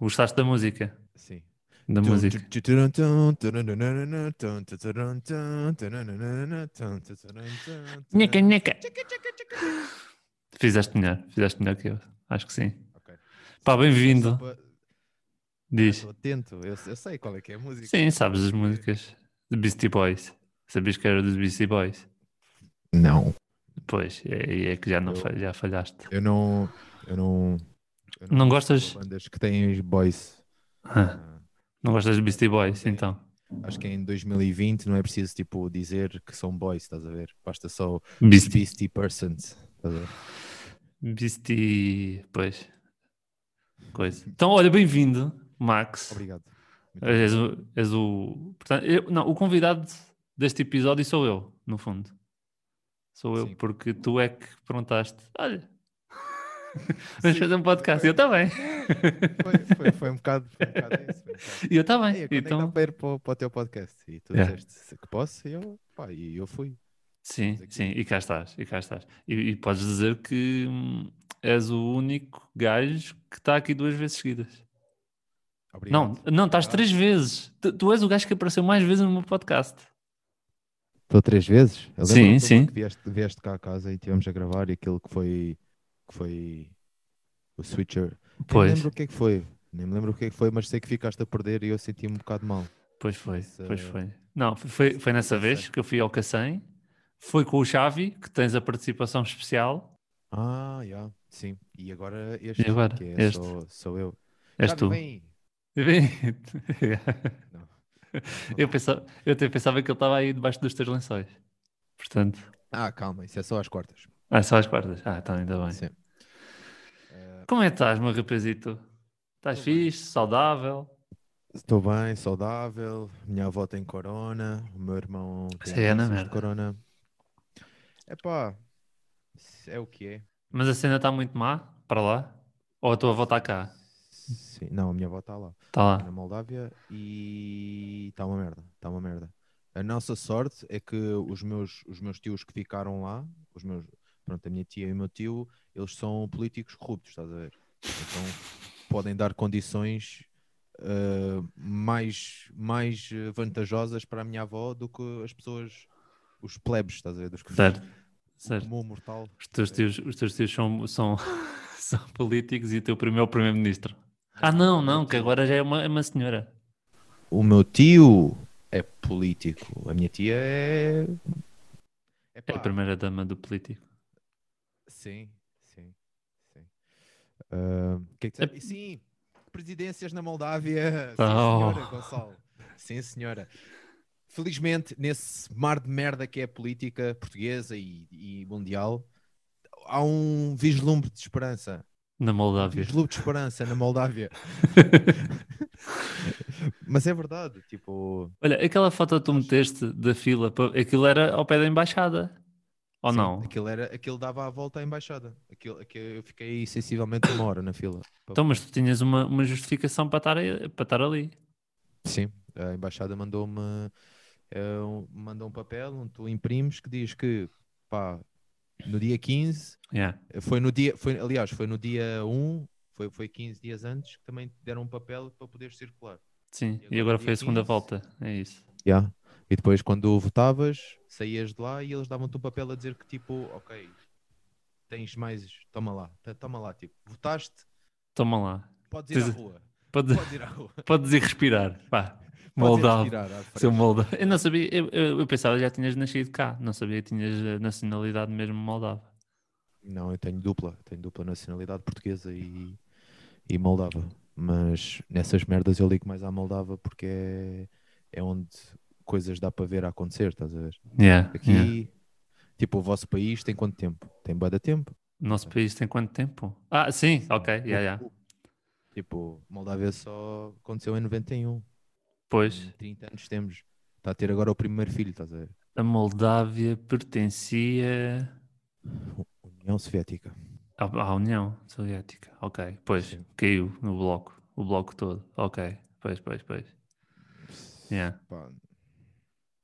Gostaste da música? Sim. Da Então, música. tipo, Nheca, nheca. Fizeste melhor, fizeste melhor que eu. Acho que sim. Ok. Pá, bem-vindo. Só pra- Diz. Estou atento, eu, eu sei qual é que é a música. Sim, sabes as músicas. The Beastie Boys. Sabias que era dos Beastie Boys? Não, Pois, é, é que já, não Eu- fa- já falhaste. eu não. Eu não. eu Não gostas? Bandas que têm os boys. Ah, Não gostas de Beastie Boys, Sim. então. Acho que em 2020 não é preciso tipo, dizer que são boys, estás a ver? Basta só Beastie. Beastie Persons. Estás a ver? Beastie. Pois. Coisa. Então, olha, bem-vindo, Max. Obrigado. És o. És o portanto, eu- não, o convidado deste episódio sou eu, no fundo. Sou eu, Sim. porque tu é que perguntaste: olha, vamos fazer um podcast. E eu também. Foi, foi, foi um bocado. Foi um bocado isso. Foi um bocado. E eu também. Ei, quando é que dá então, para ir para, o- para o teu podcast? E tu É. disseste que posso e eu, pá, e eu fui. sim, aqui. sim, e cá estás. E cá estás. E, e podes dizer que hum, és o único gajo que está aqui duas vezes seguidas. Obrigado. Não, não, estás Ah. três vezes. Tu, tu és o gajo que apareceu mais vezes no meu podcast. Estou três vezes? Eu Sim, lembro-me de uma sim. Que vieste, vieste cá a casa e estivemos a gravar e aquilo que foi, que foi o Switcher. Nem me Pois, lembro o que é que foi. Nem me lembro o que é que foi, mas sei que ficaste a perder e eu senti-me um bocado mal. pois foi, Essa- pois foi. Não, foi, foi nessa essa- vez que eu fui ao Cacém. Foi com o Xavi, que tens a participação especial. Ah, já, sim. E agora este, E agora? que é Este. Só, sou eu. És Já me tu. vem. Não. eu, pensava, eu até pensava que ele estava aí debaixo dos teus lençóis. Portanto, Ah, calma, isso é só às quartas. ah, só as quartas. Ah, então ainda bem. Sim. Como é que estás, meu rapazito? Estás Tô bem. fixe, saudável? Estou bem, saudável. Minha avó tem corona. O meu irmão tem Isso aí é na doenças de merda. corona. Epá, isso é o que é. Mas a cena está muito má para lá? Ou a tua avó está cá? Sim, não, a minha avó está lá, Está lá. na Moldávia, e está uma merda, está uma merda. A nossa sorte é que os meus, os meus tios que ficaram lá, os meus, pronto, a minha tia e o meu tio, eles são políticos corruptos, estás a ver? Então podem dar condições ah, mais, mais eh, vantajosas para a minha avó do que as pessoas, os plebes, estás a ver? Dos que Certo. Certo. comum mortal. Os teus tios, os teus tios são, são, são políticos e o teu primeiro é o primeiro-ministro. Ah, não, não, que agora já é uma, é uma senhora. O meu tio é político, a minha tia é. É a Epá, primeira dama do político. Sim, sim, sim. Ah, que é que É- tu- Sim, presidências na Moldávia. Sim, Oh. senhora, Gonçalo. Sim, senhora. Felizmente, nesse mar de merda que é a política portuguesa e, e mundial, há um vislumbre de esperança. Na Moldávia. Vislumbre de esperança na Moldávia. Mas é verdade, tipo, Olha, aquela foto que tu meteste da fila, pa- aquilo era ao pé da embaixada. Ou sim, não? Aquilo, era, aquilo dava a volta à embaixada. Aquilo, aquilo, eu fiquei sensivelmente uma hora na fila. Então, mas tu tinhas uma, uma justificação para estar, aí- para estar ali. Sim, a embaixada mandou-me eh, um- mandou um papel onde tu imprimes que diz que pá, no dia 15, Yeah. eh, foi no dia, foi, aliás, foi no dia 1, foi, foi 15 dias antes que também te deram um papel para poderes circular. Sim, E e agora agora foi a dia segunda 15? volta. É isso. Yeah. E depois quando votavas, saías de lá e eles davam-te um papel a dizer que tipo, ok, tens mais, toma lá, t- toma lá, tipo, votaste, Toma lá. podes ir à Tens- rua, Podes, podes ir à rua, podes podes ir respirar. Vá. ir Moldávia. respirar à frente. Seu molda. Eu não sabia, eu, eu, eu pensava que já tinhas nascido cá, não sabia que tinhas eh, nacionalidade mesmo moldava. Não, eu tenho dupla, tenho dupla nacionalidade portuguesa e, e moldava. Mas nessas merdas eu ligo mais à Moldava porque é, é onde coisas dá para ver a acontecer, estás a ver? Yeah, Aqui, tipo, o vosso país tem quanto tempo? Tem bué de tempo. O nosso país tem quanto tempo? Ah, sim, ok, yeah, yeah. Tipo, Moldávia só aconteceu em 91. Pois, 30 anos temos. Está a ter agora o primeiro filho, estás a ver? a Moldávia pertencia União Soviética. à, à União Soviética, ok, pois, Sim. caiu no bloco, o bloco todo, ok, pois, pois, pois. Yeah. Pá,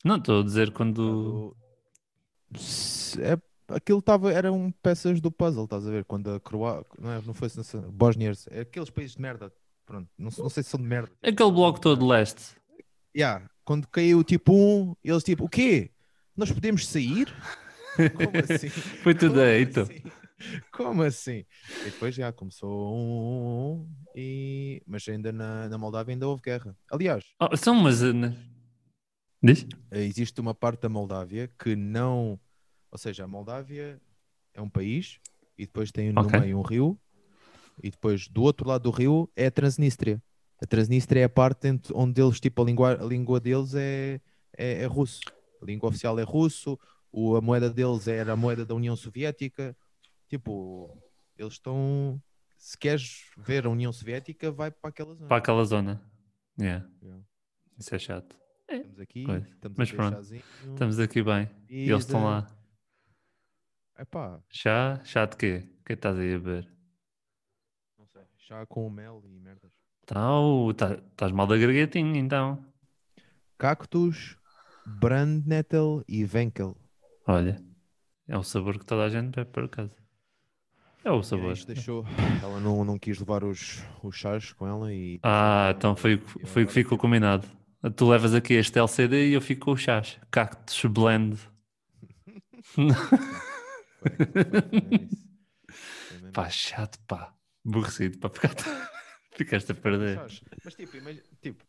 Não estou a dizer quando. do- S- É, aquilo tava, eram assim, peças do puzzle, estás a ver? Quando a Croácia, não, é, não foi Bósnia, é aqueles países de merda Pronto, não, não sei se são de merda. tipo, Aquele bloco todo de leste. Yeah, quando caiu tipo um, eles tipo, o quê? Nós podemos sair? Como assim? Foi tudo Como aí, então. assim? Como assim? E depois já começou um, um, um, e... mas ainda na, na Moldávia ainda houve guerra. Aliás, Oh, são umas. eh, né? Diz? Eh, existe uma parte da Moldávia que não. Ou seja, a Moldávia é um país e depois tem no Ok. meio um rio e depois do outro lado do rio é a Transnistria. A Transnistria é a parte ent- onde eles, tipo, a língua, a língua deles é, é, é russo. A língua oficial é russo, o, a moeda deles era a moeda da União Soviética. Tipo, eles estão. Se queres ver a União Soviética, vai para aquela zona. Para aquela zona. Yeah. Yeah. Isso é chato. Estamos aqui, Pois. estamos Mas a pronto. Estamos aqui bem. E eles estão lá. Epá, Chá? Chá de quê? O que é que estás aí a beber? Não sei. Chá com mel e merdas. Tau, tá- estás mal da gargatinha, então. Cactus, Brandnetel e Venkel. Olha, é o sabor que toda a gente bebe, por acaso. É o E aí sabor. isto deixou. Ela não, não quis levar os, os chás com ela e. Ah, então foi, o que- foi E o que agora ficou combinado. Tu levas aqui este LCD e eu fico com o chás. Cactus Blend. foi- foi isso. Foi mesmo Pá, isso. chato, pá. Aborrecido, pá. Ficaste, ficaste a perder. Chás. Mas tipo, imagina. Tipo,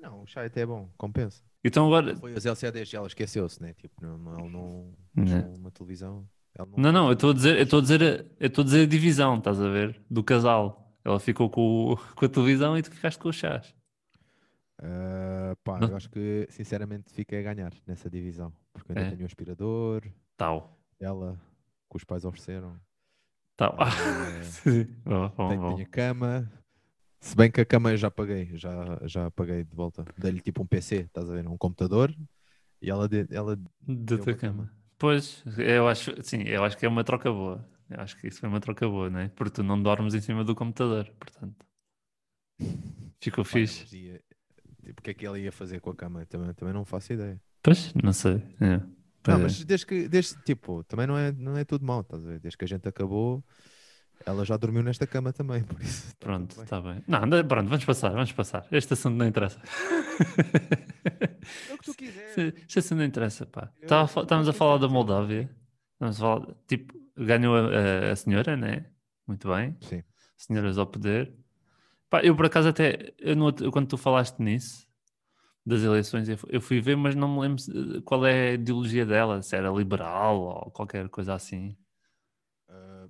não, o chá até é bom, compensa. Então agora... Foi os LCDs, ela esqueceu-se, né? Tipo, não, não, ela não. Não, não- Uma televisão. ela Né. não, não, eu estou a dizer, eu estou a dizer, a- eu estou a dizer a divisão, estás a ver? Do casal. Ela ficou com, o- com a televisão e tu ficaste com o chás. Ah, pá, Não. eu acho que sinceramente fiquei a ganhar nessa divisão. Porque eu ainda É. tenho um aspirador, Tal, ela, que os pais ofereceram. tal. Ah, Sim, sim. Bom, é bom, Tenho, bom. tenho a cama. Se bem que a cama eu já paguei, já, já paguei de volta. Dei-lhe tipo um PC, estás a ver? Um computador. E ela, de- ela Da Eu tua vou também. cama. Pois, eu acho, sim, eu acho que é uma troca boa. Eu acho que isso foi uma troca boa, não é? Porque tu não dormes em cima do computador, portanto. Ficou pá, ela fixe. dizia, tipo, o que é que ela ia fazer com a cama? Também, também não faço ideia. Pois, não sei. É. Pois Não, é. mas desde que, desde, tipo, também não é, não é tudo mal, estás a ver? Desde que a gente acabou, ela já dormiu nesta cama também, por isso. tá tudo Pronto, bem. está bem. Não, anda- pronto, vamos passar, vamos passar. Este assunto não interessa. É o que tu quiseres. Este- Este assunto assim, não interessa, pá. Eu- Tava a eu fa- não Estávamos a sei falar se da é- Moldávia. Estamos a falar, tipo, ganhou a, a- a senhora, né? Muito bem. Sim. Senhoras ao poder. Pá, eu por acaso até, eu no outro- quando tu falaste nisso, das eleições, eu fu- eu fui ver, mas não me lembro se- qual é a ideologia dela, se era liberal ou qualquer coisa assim. Ah,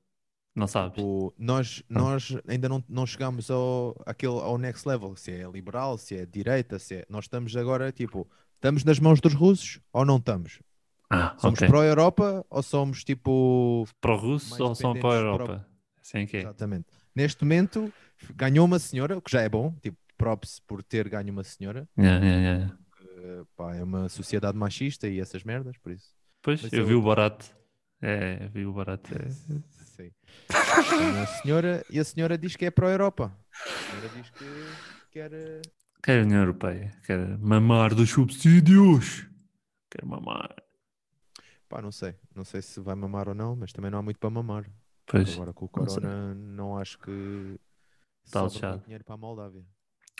Não sabes? Tipo, nós, nós ainda não, não chegámos ao, àquele, ao next level, se é liberal, se é direita, se é. Nós estamos agora, tipo, estamos nas mãos dos russos ou não estamos? Ah, Somos ok. pró-Europa ou somos tipo. Para o russo mais ou são para a dependentes Europa? Assim é que é. Exatamente. Neste momento, ganhou uma senhora, o que já é bom, tipo, props por ter ganho uma senhora. Yeah, yeah, yeah. Eh, Pá, é uma sociedade machista e essas merdas, por isso. Pois, Mas eu eu- vi o barato. É, eu vi o barato. É. Sim. Ganhou a senhora, e a senhora diz que é pró-Europa. A senhora diz que quer. eh, Quero a União Europeia. Quero mamar dos subsídios. Quero mamar. Pá, não sei. Não sei se vai mamar ou não, mas também não há muito para mamar. Pois. Agora com o não sei. Corona, não acho que Tá sobra alixado. muito dinheiro para a Moldávia.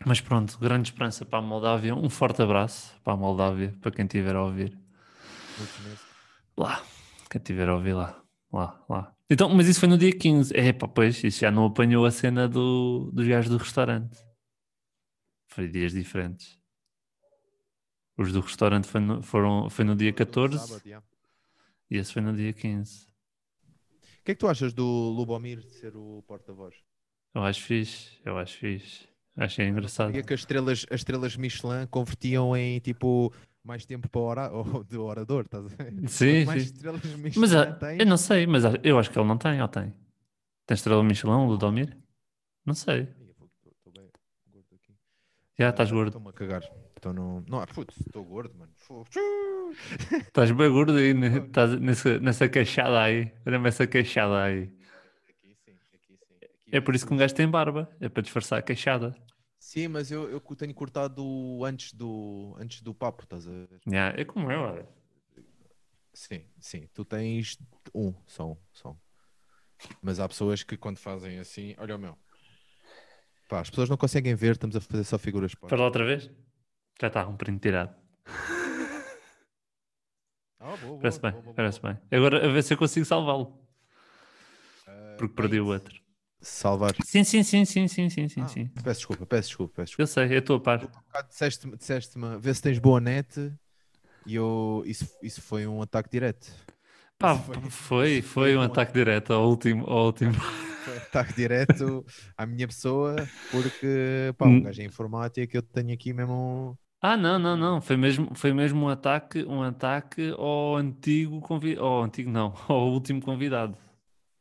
Mas pronto, grande esperança para a Moldávia. Um forte abraço para a Moldávia, para quem estiver a ouvir. Muitos meses. Lá. Quem estiver a ouvir lá. Lá, lá. Então, mas isso foi no dia 15. É, pá, pois, isso já não apanhou a cena do, dos gajos do restaurante. Foi dias diferentes. Os do restaurante foi no, foram, foi no dia Sábado, 14 sábado, yeah. e esse foi no dia 15. O que é que tu achas do Lubomir ser o porta-voz? Eu acho fixe, eu acho fixe. Achei engraçado. Sabia que as estrelas, as estrelas Michelin convertiam em tipo mais tempo para orar, ou de orador, estás a ver? Sim, Quanto mais sim. estrelas Michelin Mas ah, tens, eu não sei, mas ah, eu acho que ele não tem, ou tem? Tem estrela Michelin, o Ludomir? Não sei. Ai, eu vou- tô- tô bem gordo aqui. Já estás Ah, gordo. Estou-me a cagar. Estou no... Não, ah, putz, estou gordo, mano. Fogo. Estás bem gordo aí, né? estás nessa, nessa queixada aí. Olha-me essa queixada aí. Aqui sim, aqui sim. Aqui É por isso que um gajo tem barba, é para disfarçar a queixada. Sim, mas eu, eu cu- tenho cortado antes do, antes do papo, estás a ver? Nhá, é como eu, olha. Sim, sim. Tu tens um, só um, só um. Mas há pessoas que quando fazem assim, olha o meu. Pá, as pessoas não conseguem ver, estamos a fazer só figuras. pá. Para lá outra vez? Já está, um print tirado. Ah, boa, boa, Parece boa, bem, boa, boa. parece bem. Agora a ver se eu consigo salvá-lo. Ah, Porque perdi o bem, outro. Salvar. Sim, sim, sim, sim, sim, sim, sim, Ah, sim. Peço desculpa, peço desculpa, peço desculpa. Eu sei, é a tua par. Um bocado Disseste-me, disseste-me, vê se tens boa net. E eu, isso, isso foi um ataque direto. Pá, Isso foi- foi, foi, isso foi um um ataque direto ao último. Ao último. Foi um ataque direto à minha pessoa, porque, pá, um Hum. gajo em informática, eu tenho aqui mesmo. um, Ah, não, não, não. Foi mesmo, foi mesmo um ataque, um ataque ao antigo convidado. Ao antigo não, ao último convidado.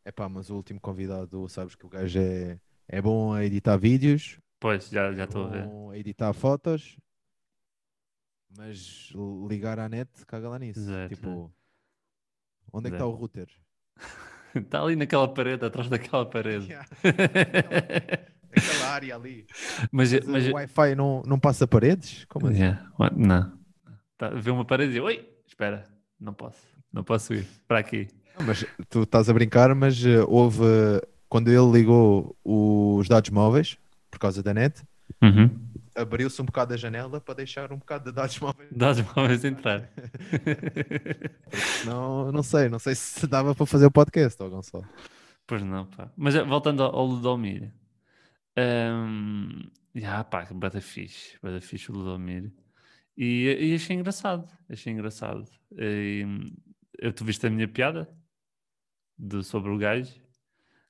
É pá, mas o último convidado, sabes que o gajo é, é bom a editar vídeos, Pois, já já é estou a ver. bom a editar fotos, mas ligar à net, caga lá nisso. Exato, tipo, onde é Exato. que está o router? Está Tá ali naquela parede, atrás daquela parede. Yeah, Aquela área ali. mas, Mas, mas, o Wi-Fi não, não passa paredes? Como assim? Yeah, what- Não. Tá, vê uma parede e diz, oi, espera, não posso, não posso ir para aqui. Não, mas tu estás a brincar, mas eh, houve eh, quando ele ligou os dados móveis por causa da net, abriu-se um bocado a janela para deixar um bocado de dados móveis. Dás uma vez a entrar. Não, não sei, não sei se dava para fazer o podcast, ó Gonçalo. pois não, pá. Mas eh, voltando ao, ao Ludomir. Um, yeah, pá, bada fixe, bada fixe o Ludomir. E, e achei engraçado, achei engraçado. E, hum, eu, tu viste a minha piada de, sobre o gajo?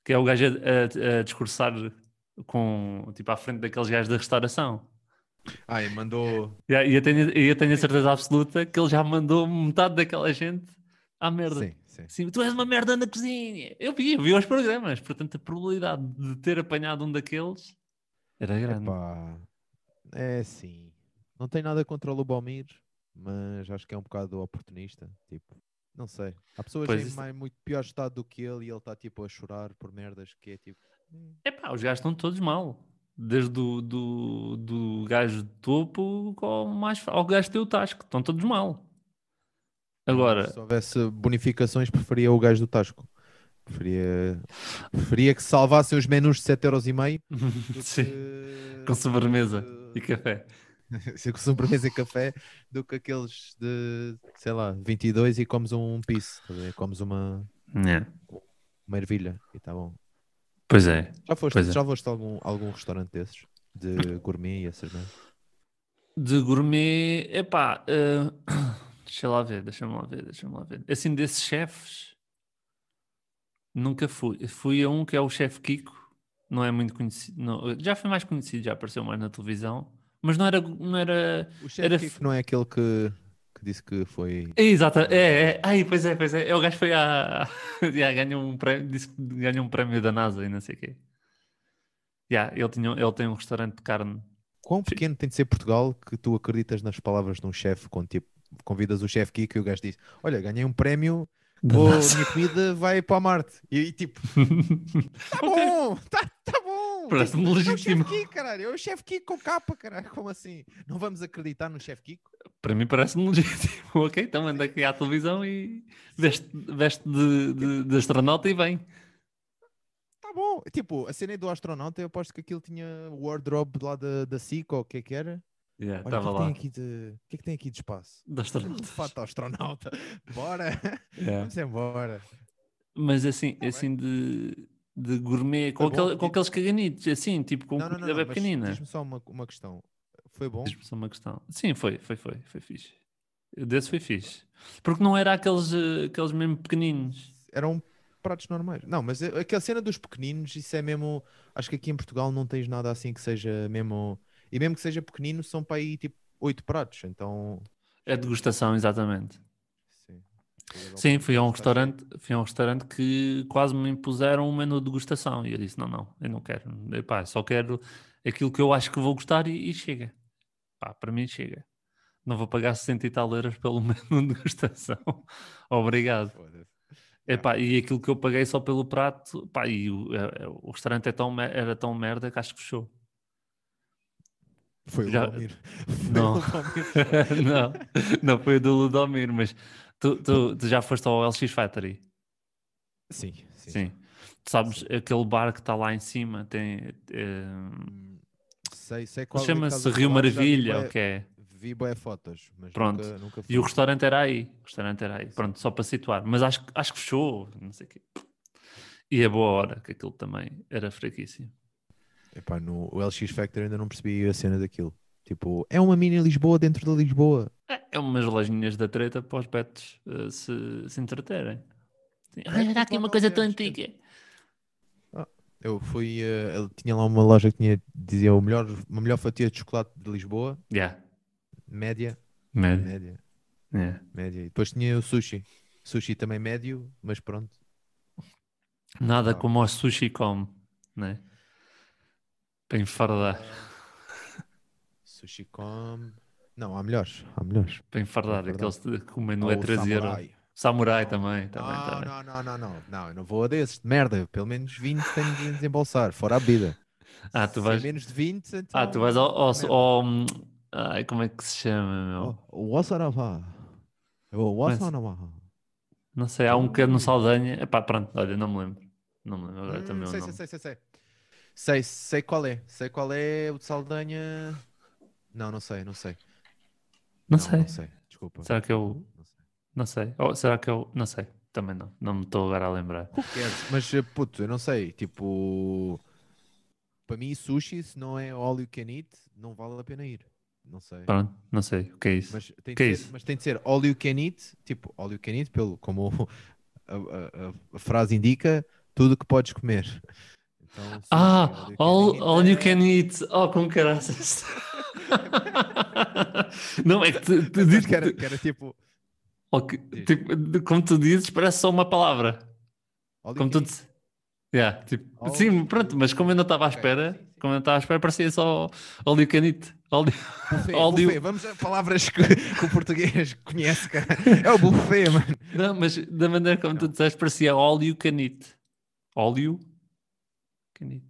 Que é o gajo a, a- a discursar com, tipo, à frente daqueles gajos da restauração. Ai, Ah, mandou. Yeah, e eu tenho, e eu tenho a certeza absoluta que ele já mandou metade daquela gente à merda. Sim, sim. Sim, tu és uma merda na cozinha. Eu vi, eu vi os programas, portanto a probabilidade de ter apanhado um daqueles era grande. Epá, é sim. Não tenho nada contra o Lubomir, mas acho que é um bocado oportunista. Tipo, não sei. Há pessoas Pois em isso- mai- muito pior estado do que ele e ele está tipo a chorar por merdas que é tipo. "Hum, Epá, os gajos estão todos mal. Desde o do, do gajo de topo ao, mais, fra- ao gajo que tem o tasco. Estão todos mal. Agora, Se houvesse bonificações, preferia o gajo do Tasco. Preferia, preferia que salvassem os menus de 7,5€ do sim, que- com sobremesa e que- café. se com sobremesa e café do que aqueles de, sei lá, 22 e comes um piso, estás a ver? comes uma, Yeah. uma ervilha e tá bom. É, Pois é. Já foste, Pois é. já foste a algum, algum restaurante desses? De gourmet e essas merdas? De gourmet, epá, eh, deixa lá ver, deixa-me lá ver, deixa-me lá ver. Assim, desses chefes, nunca fui. Fui a um que é o chefe Kiko, não é muito conhecido, não- já foi mais conhecido, já apareceu mais na televisão, mas não era, não era, O Era chefe Kiko não é aquele que, que disse que foi. é, exato, é, é, ai, pois é, pois é, é o gajo que foi a, ganhou um prémio, disse que ganhou um prémio da NASA e não sei o quê. Já, ele, tinha, ele tem um restaurante de carne Quão pequeno tem de ser Portugal que tu acreditas nas palavras de um chefe quando tipo, convidas o chefe Kiko e o gajo diz: Olha, ganhei um prémio, da ou a NASA. minha comida vai para a Marte. E, e tipo, tá Ok. bom, tá, tá bom. Parece-me Tipo, É legítimo. o chefe Kiko, caralho. É o chefe Kiko com capa, caralho. Como assim? Não vamos acreditar no chefe Kiko? Para mim parece-me legítimo. ok, então anda aqui à televisão e veste, veste de, de- de astronauta e vem. Tá bom. Tipo, a cena do astronauta, eu aposto que aquilo tinha o wardrobe lá da, da SIC ou o que é que era. Yeah, Olha, o que Estava é que lá. tem aqui de, o que é que tem aqui de espaço? De De astronauta. fato, astronauta. Bora. Yeah. Vamos embora. Mas assim, bem. assim de, de gourmet, com, Foi bom, aquele- com tipo- aqueles caganitos, assim, tipo com não, não, não. comida não bem mas pequenina. Diz-me só uma, uma questão. Foi bom? Diz-me só uma questão. Sim, foi, foi, foi, foi fixe. Desse foi fixe. Porque não era aqueles, eh, aqueles mesmo pequeninos. eram pratos normais. Não, mas a- aquela cena dos pequeninos, isso é mesmo. Acho que aqui em Portugal não tens nada assim que seja mesmo. E mesmo que seja pequenino, são para aí tipo oito pratos. Então. É degustação, exatamente. Sim, Portugal Sim, fui a um está cheio. restaurante, fui a um restaurante que quase me impuseram um menu de degustação e eu disse, não, não, eu não quero, Epá, só quero aquilo que eu acho que vou gostar e, e chega. Pá, para mim chega. Não vou pagar 60 e tal euros pelo menu de degustação. Obrigado. Foda-se. Epá, e aquilo que eu paguei só pelo prato, pá, e o, é- é- o restaurante é tão, me- era tão merda que acho que fechou. Foi o Já- Valmir. Foi Não. o Valmir. não, não foi o do Ludomir, mas tu, tu, tu já foste ao LX Factory? Sim, sim. Sim. Tu sabes, aquele bar que está lá em cima tem. eh, Hum, Sei, sei qual é que estás Chama-se a Rio falar, já vi Maravilha, bué- o que é? Vi boé fotos, mas Pronto. nunca, nunca fui. E o restaurante era aí. O restaurante era aí. Pronto, só para situar. Mas acho, que- acho que fechou, não sei o quê. E a boa hora, que aquilo também era fraquíssimo. Epá, no, o LX Factor ainda não percebi a cena daquilo. Tipo, é uma mini Lisboa dentro da Lisboa. É- É umas lojinhas da treta para os betos eh, se, se entreterem. Sim, Ah, já está aqui uma coisa tão antiga. Eu fui, eh, ele tinha lá uma loja que tinha, dizia o melhor, uma melhor fatia de chocolate de Lisboa, Yeah. média, Médio. média, Yeah. média. E depois tinha o sushi. Sushi também médio, mas pronto. Nada Ah. como o sushi come, né? Para enfardar. Sushi com. Não, há melhores, há melhores. Para enfardar. Enfardar. Aqueles de- que o menu É Ou é o traseiro. Samurai, samurai. Ah, também. também, não, também. não, não, não, não, não, eu não vou a desses, de merda, pelo menos 20 tenho de desembolsar, fora a bebida. Ah, tu Se é vais- menos de 20, então... Ah, tu vais ao. ao, merda. ao- hum, ai, como é que se chama, meu? Oh, O Wassarava. É O Mas- Wassarava. Não sei, há um que é no Saldanha. Epá, pronto, olha, não me lembro. Não me lembro agora Hum, também é o sei, nome. sei, sei, sei, sei. Sei, sei qual é. Sei qual é o de Saldanha. Não, não sei, não sei. Não sei. Não sei, desculpa. Será que é o. Não sei. Não sei. Ou será que é o. Não sei. Também não. Não me estou agora a lembrar. Who cares? Mas, eh, puto, eu não sei. Tipo, para mim, sushi, se não é all you can eat, não vale a pena ir. Não sei. Pronto, não sei. O que é isso? Mas tem, de Que é ser, isso? mas tem de ser all you can eat, tipo, all you can eat, pelo, como a, a- a- a frase indica, tudo que podes comer. Então, sushi, Ah, all, all eat. you can eat. Oh, como caraças. não, é que tu, tu Mas dizes. que era, que era tipo. ou que- tipo, de- como tu dizes, parece só uma palavra. all you Como tu can dizes. Yeah, tipo, All sim, you pronto, can mas como eu não estava à Oh. Ok, espera, sim, sim. como eu não estava à espera, parecia só all you can eat. All you- eat. Buffet, all you- buffet. Vamos a palavras que, que o português conhece, cara. É o buffet, mano. Não, mas da maneira como tu disseste, parecia all you can eat. All you can eat.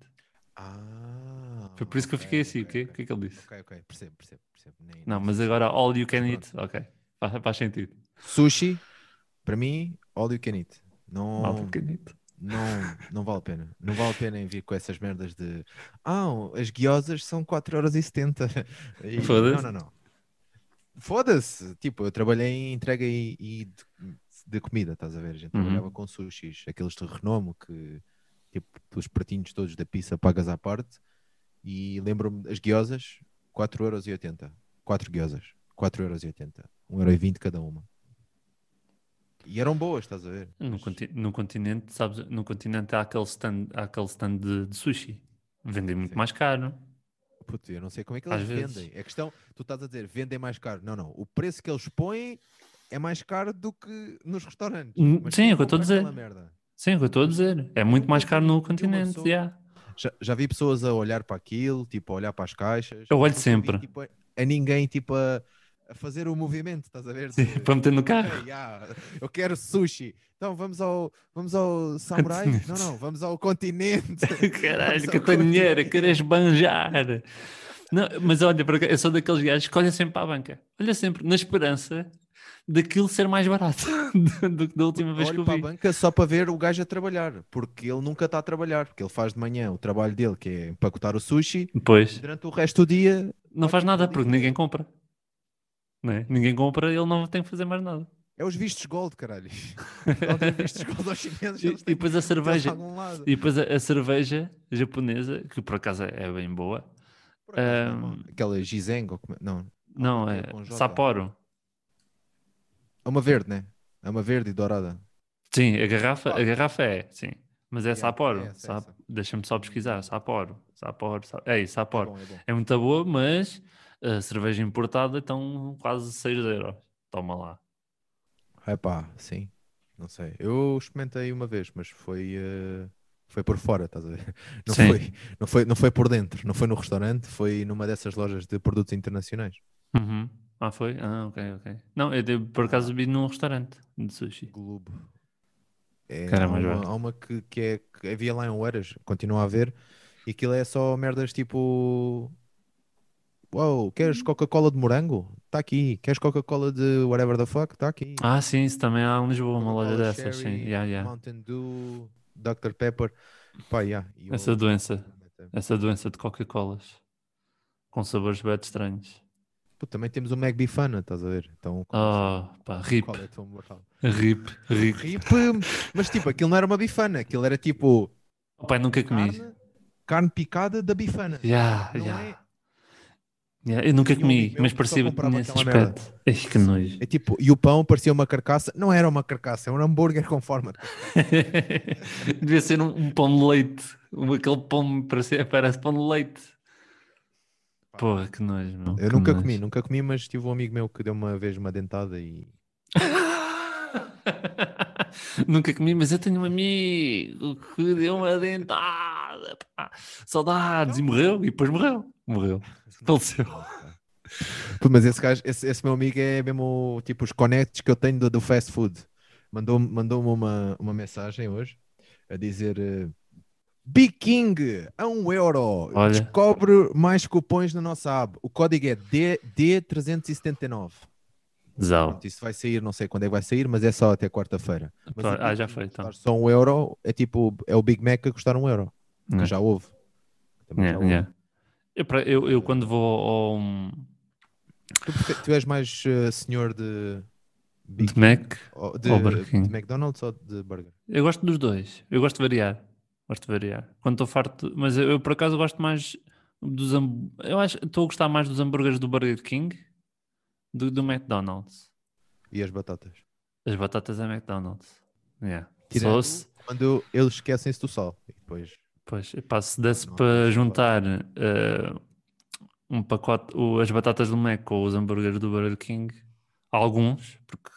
Ah, Foi por isso que eu ok, fiquei assim, o ok, quê? O que é que ele disse? Ok, ok, percebo, percebo, percebo. Nem- Não, nem mas é- sei. agora all you can eat, ok. Faz, faz sentido. Sushi, para mim, all you can eat. Não, All you can eat. não, não vale a pena. Não vale a pena em vir com essas merdas de. Ah, as guiosas são 4 horas e 70. E- Foda-se. Não, não, não. Foda-se. Tipo, eu trabalhei em entrega e, e de, de comida, estás a ver? A gente Uhum. trabalhava com sushis, aqueles de renome que, tipo, os pratinhos todos da pizza pagas à parte. E lembro-me, as guiosas, 4 euros e 80. 4 guiosas, 4 euros e 80. 1 euro e 20 cada uma. E eram boas, estás a ver? No, Mas- conti- no continente, sabes, no continente há aquele stand, há aquele stand de, de sushi. Vendem muito Sim. mais caro. Puto, eu não sei como é que Às eles vezes. vendem. É questão, tu estás a dizer, vendem mais caro. Não, não. O preço que eles põem é mais caro do que nos restaurantes. Hum, Mas sim, quem é o que eu estou a compra aquela dizer. merda? Sim, é o que eu estou a dizer. É muito mais caro no continente. pessoa- yeah. Já, já vi pessoas a olhar para aquilo, tipo, a olhar para as caixas. Eu olho Nunca vi, sempre. tipo, a, a ninguém, tipo, a, a fazer o movimento, estás a ver? De- Para meter no carro. "Ok, yeah, eu quero sushi. Então vamos ao, vamos ao samurai? Continente. Não, não, vamos ao continente. Caralho, Só que eu tenho com- dinheiro, eu quero esbanjar. Não, mas olha, para cá, eu sou daqueles gajos que olha sempre para a banca. Olha sempre, na esperança daquilo ser mais barato do- do que da última vez que eu olho para a vi. banca só para ver o gajo a trabalhar, porque ele nunca está a trabalhar, porque ele faz de manhã o trabalho dele, que é empacotar o sushi, e Pois, durante o resto do dia, não faz nada porque dinheiro. ninguém compra. Não é? Ninguém compra, ele não tem que fazer mais nada. é os vistos gold, caralho. Portugal tem vistos gold aos chineses, E, eles e têm depois a que ter de cerveja, algum lado. e depois a, a cerveja japonesa, que por acaso é bem boa. Por acaso, não é Ahm. mau. Aquela gizengo, ou como- é- não, Não, qualquer é com J. Sapporo. é uma verde, né? É uma verde e dourada. Sim, a garrafa, a Sapporo. garrafa é, sim. Mas é Yeah, Sapporo. é essa, é Sap- essa. Deixa-me só pesquisar. Sapporo. Sapporo. Sa- É isso, É Sapporo. bom, é bom. É muito boa, mas a cerveja importada estão quase 6 euros. Toma lá. Epá, É sim, não sei. Eu experimentei uma vez, mas foi, eh, foi por fora, estás a ver? Não Sim. foi, não foi, não foi por dentro, não foi no restaurante, foi numa dessas lojas de produtos internacionais. Uhum. Ah, foi? Ah, ok, ok. Não, eu de- por acaso vi num restaurante de sushi. Globo. É, Cara, há mas uma, olha. há uma que, que é que havia lá em Oeiras, continua a haver, e aquilo é só merdas tipo. Uau, queres Coca-Cola de morango? Está aqui. Queres Coca-Cola de whatever the fuck? Está aqui. Ah, sim, isso também há em Lisboa, uma loja Coca-Cola dessas. Sim, Cherry, yeah, yeah. Mountain Dew, Dr. Pepper. Pá, yeah. E Essa eu- doença, essa doença de Coca-Colas. com sabores bem estranhos. Pô, também temos o Mac Bifana, estás a ver? Então, qual, Oh, pá, rip, qual é a tua moral? rip, rip. Rip, mas tipo, aquilo não era uma bifana, aquilo era tipo O pai nunca comi. carne, carne picada da bifana. Já, Não Ah, já. é? Já, Eu nunca Tinha um comi, amigo meu mas que só parecia que comprava tinha esse aquela merda. aspecto. Ai, que nojo. É tipo, e o pão parecia uma carcaça, não era uma carcaça, era um hambúrguer com forma. de- Devia ser um, um pão de leite. Um- Aquele pão parece, parece pão de leite. Porra, que nojo, meu. Eu que nunca nojo. comi, nunca comi, mas tive um amigo meu que deu uma vez uma dentada e. Nunca comi, mas eu tenho um amigo que deu uma dentada. pá. Saudades. E Então. morreu. E depois morreu. Morreu. é Faleceu. Pô, Mas esse gajo, esse, esse meu amigo é mesmo tipo os conectos que eu tenho do, do fast food. Mandou-me mandou uma, uma mensagem hoje a dizer eh, Biking a um euro. Olha. Descobre mais cupons na nossa app. O código é D, D379. Zau. Pronto, isso vai sair, não sei quando é que vai sair, mas é só até quarta-feira. Mas Tá, o ah, já Big foi, Mac então. custar Só um euro é tipo, é o Big Mac a custar um euro. que Yeah. já houve. Também Yeah, já houve. yeah. Eu, pra- eu, eu quando vou ao Tu, prefe- tu és mais eh, senhor de Big de Mac, ou de, ou Burger King. de McDonald's ou de Burger? eu gosto dos dois. Eu gosto de variar. Gosto de variar. Quando estou farto, mas eu, eu, por acaso gosto mais dos hambú- eu acho estou a gostar mais dos hambúrgueres do Burger King do do McDonald's. E as batatas? As batatas é McDonald's. Yeah. Só Tirando- se, Quando eles esquecem-se do sal. E depois, pois, epá, se desse Não, para não. juntar eh, um pacote, o- as batatas do Mac ou os hambúrgueres do Burger King, alguns, porque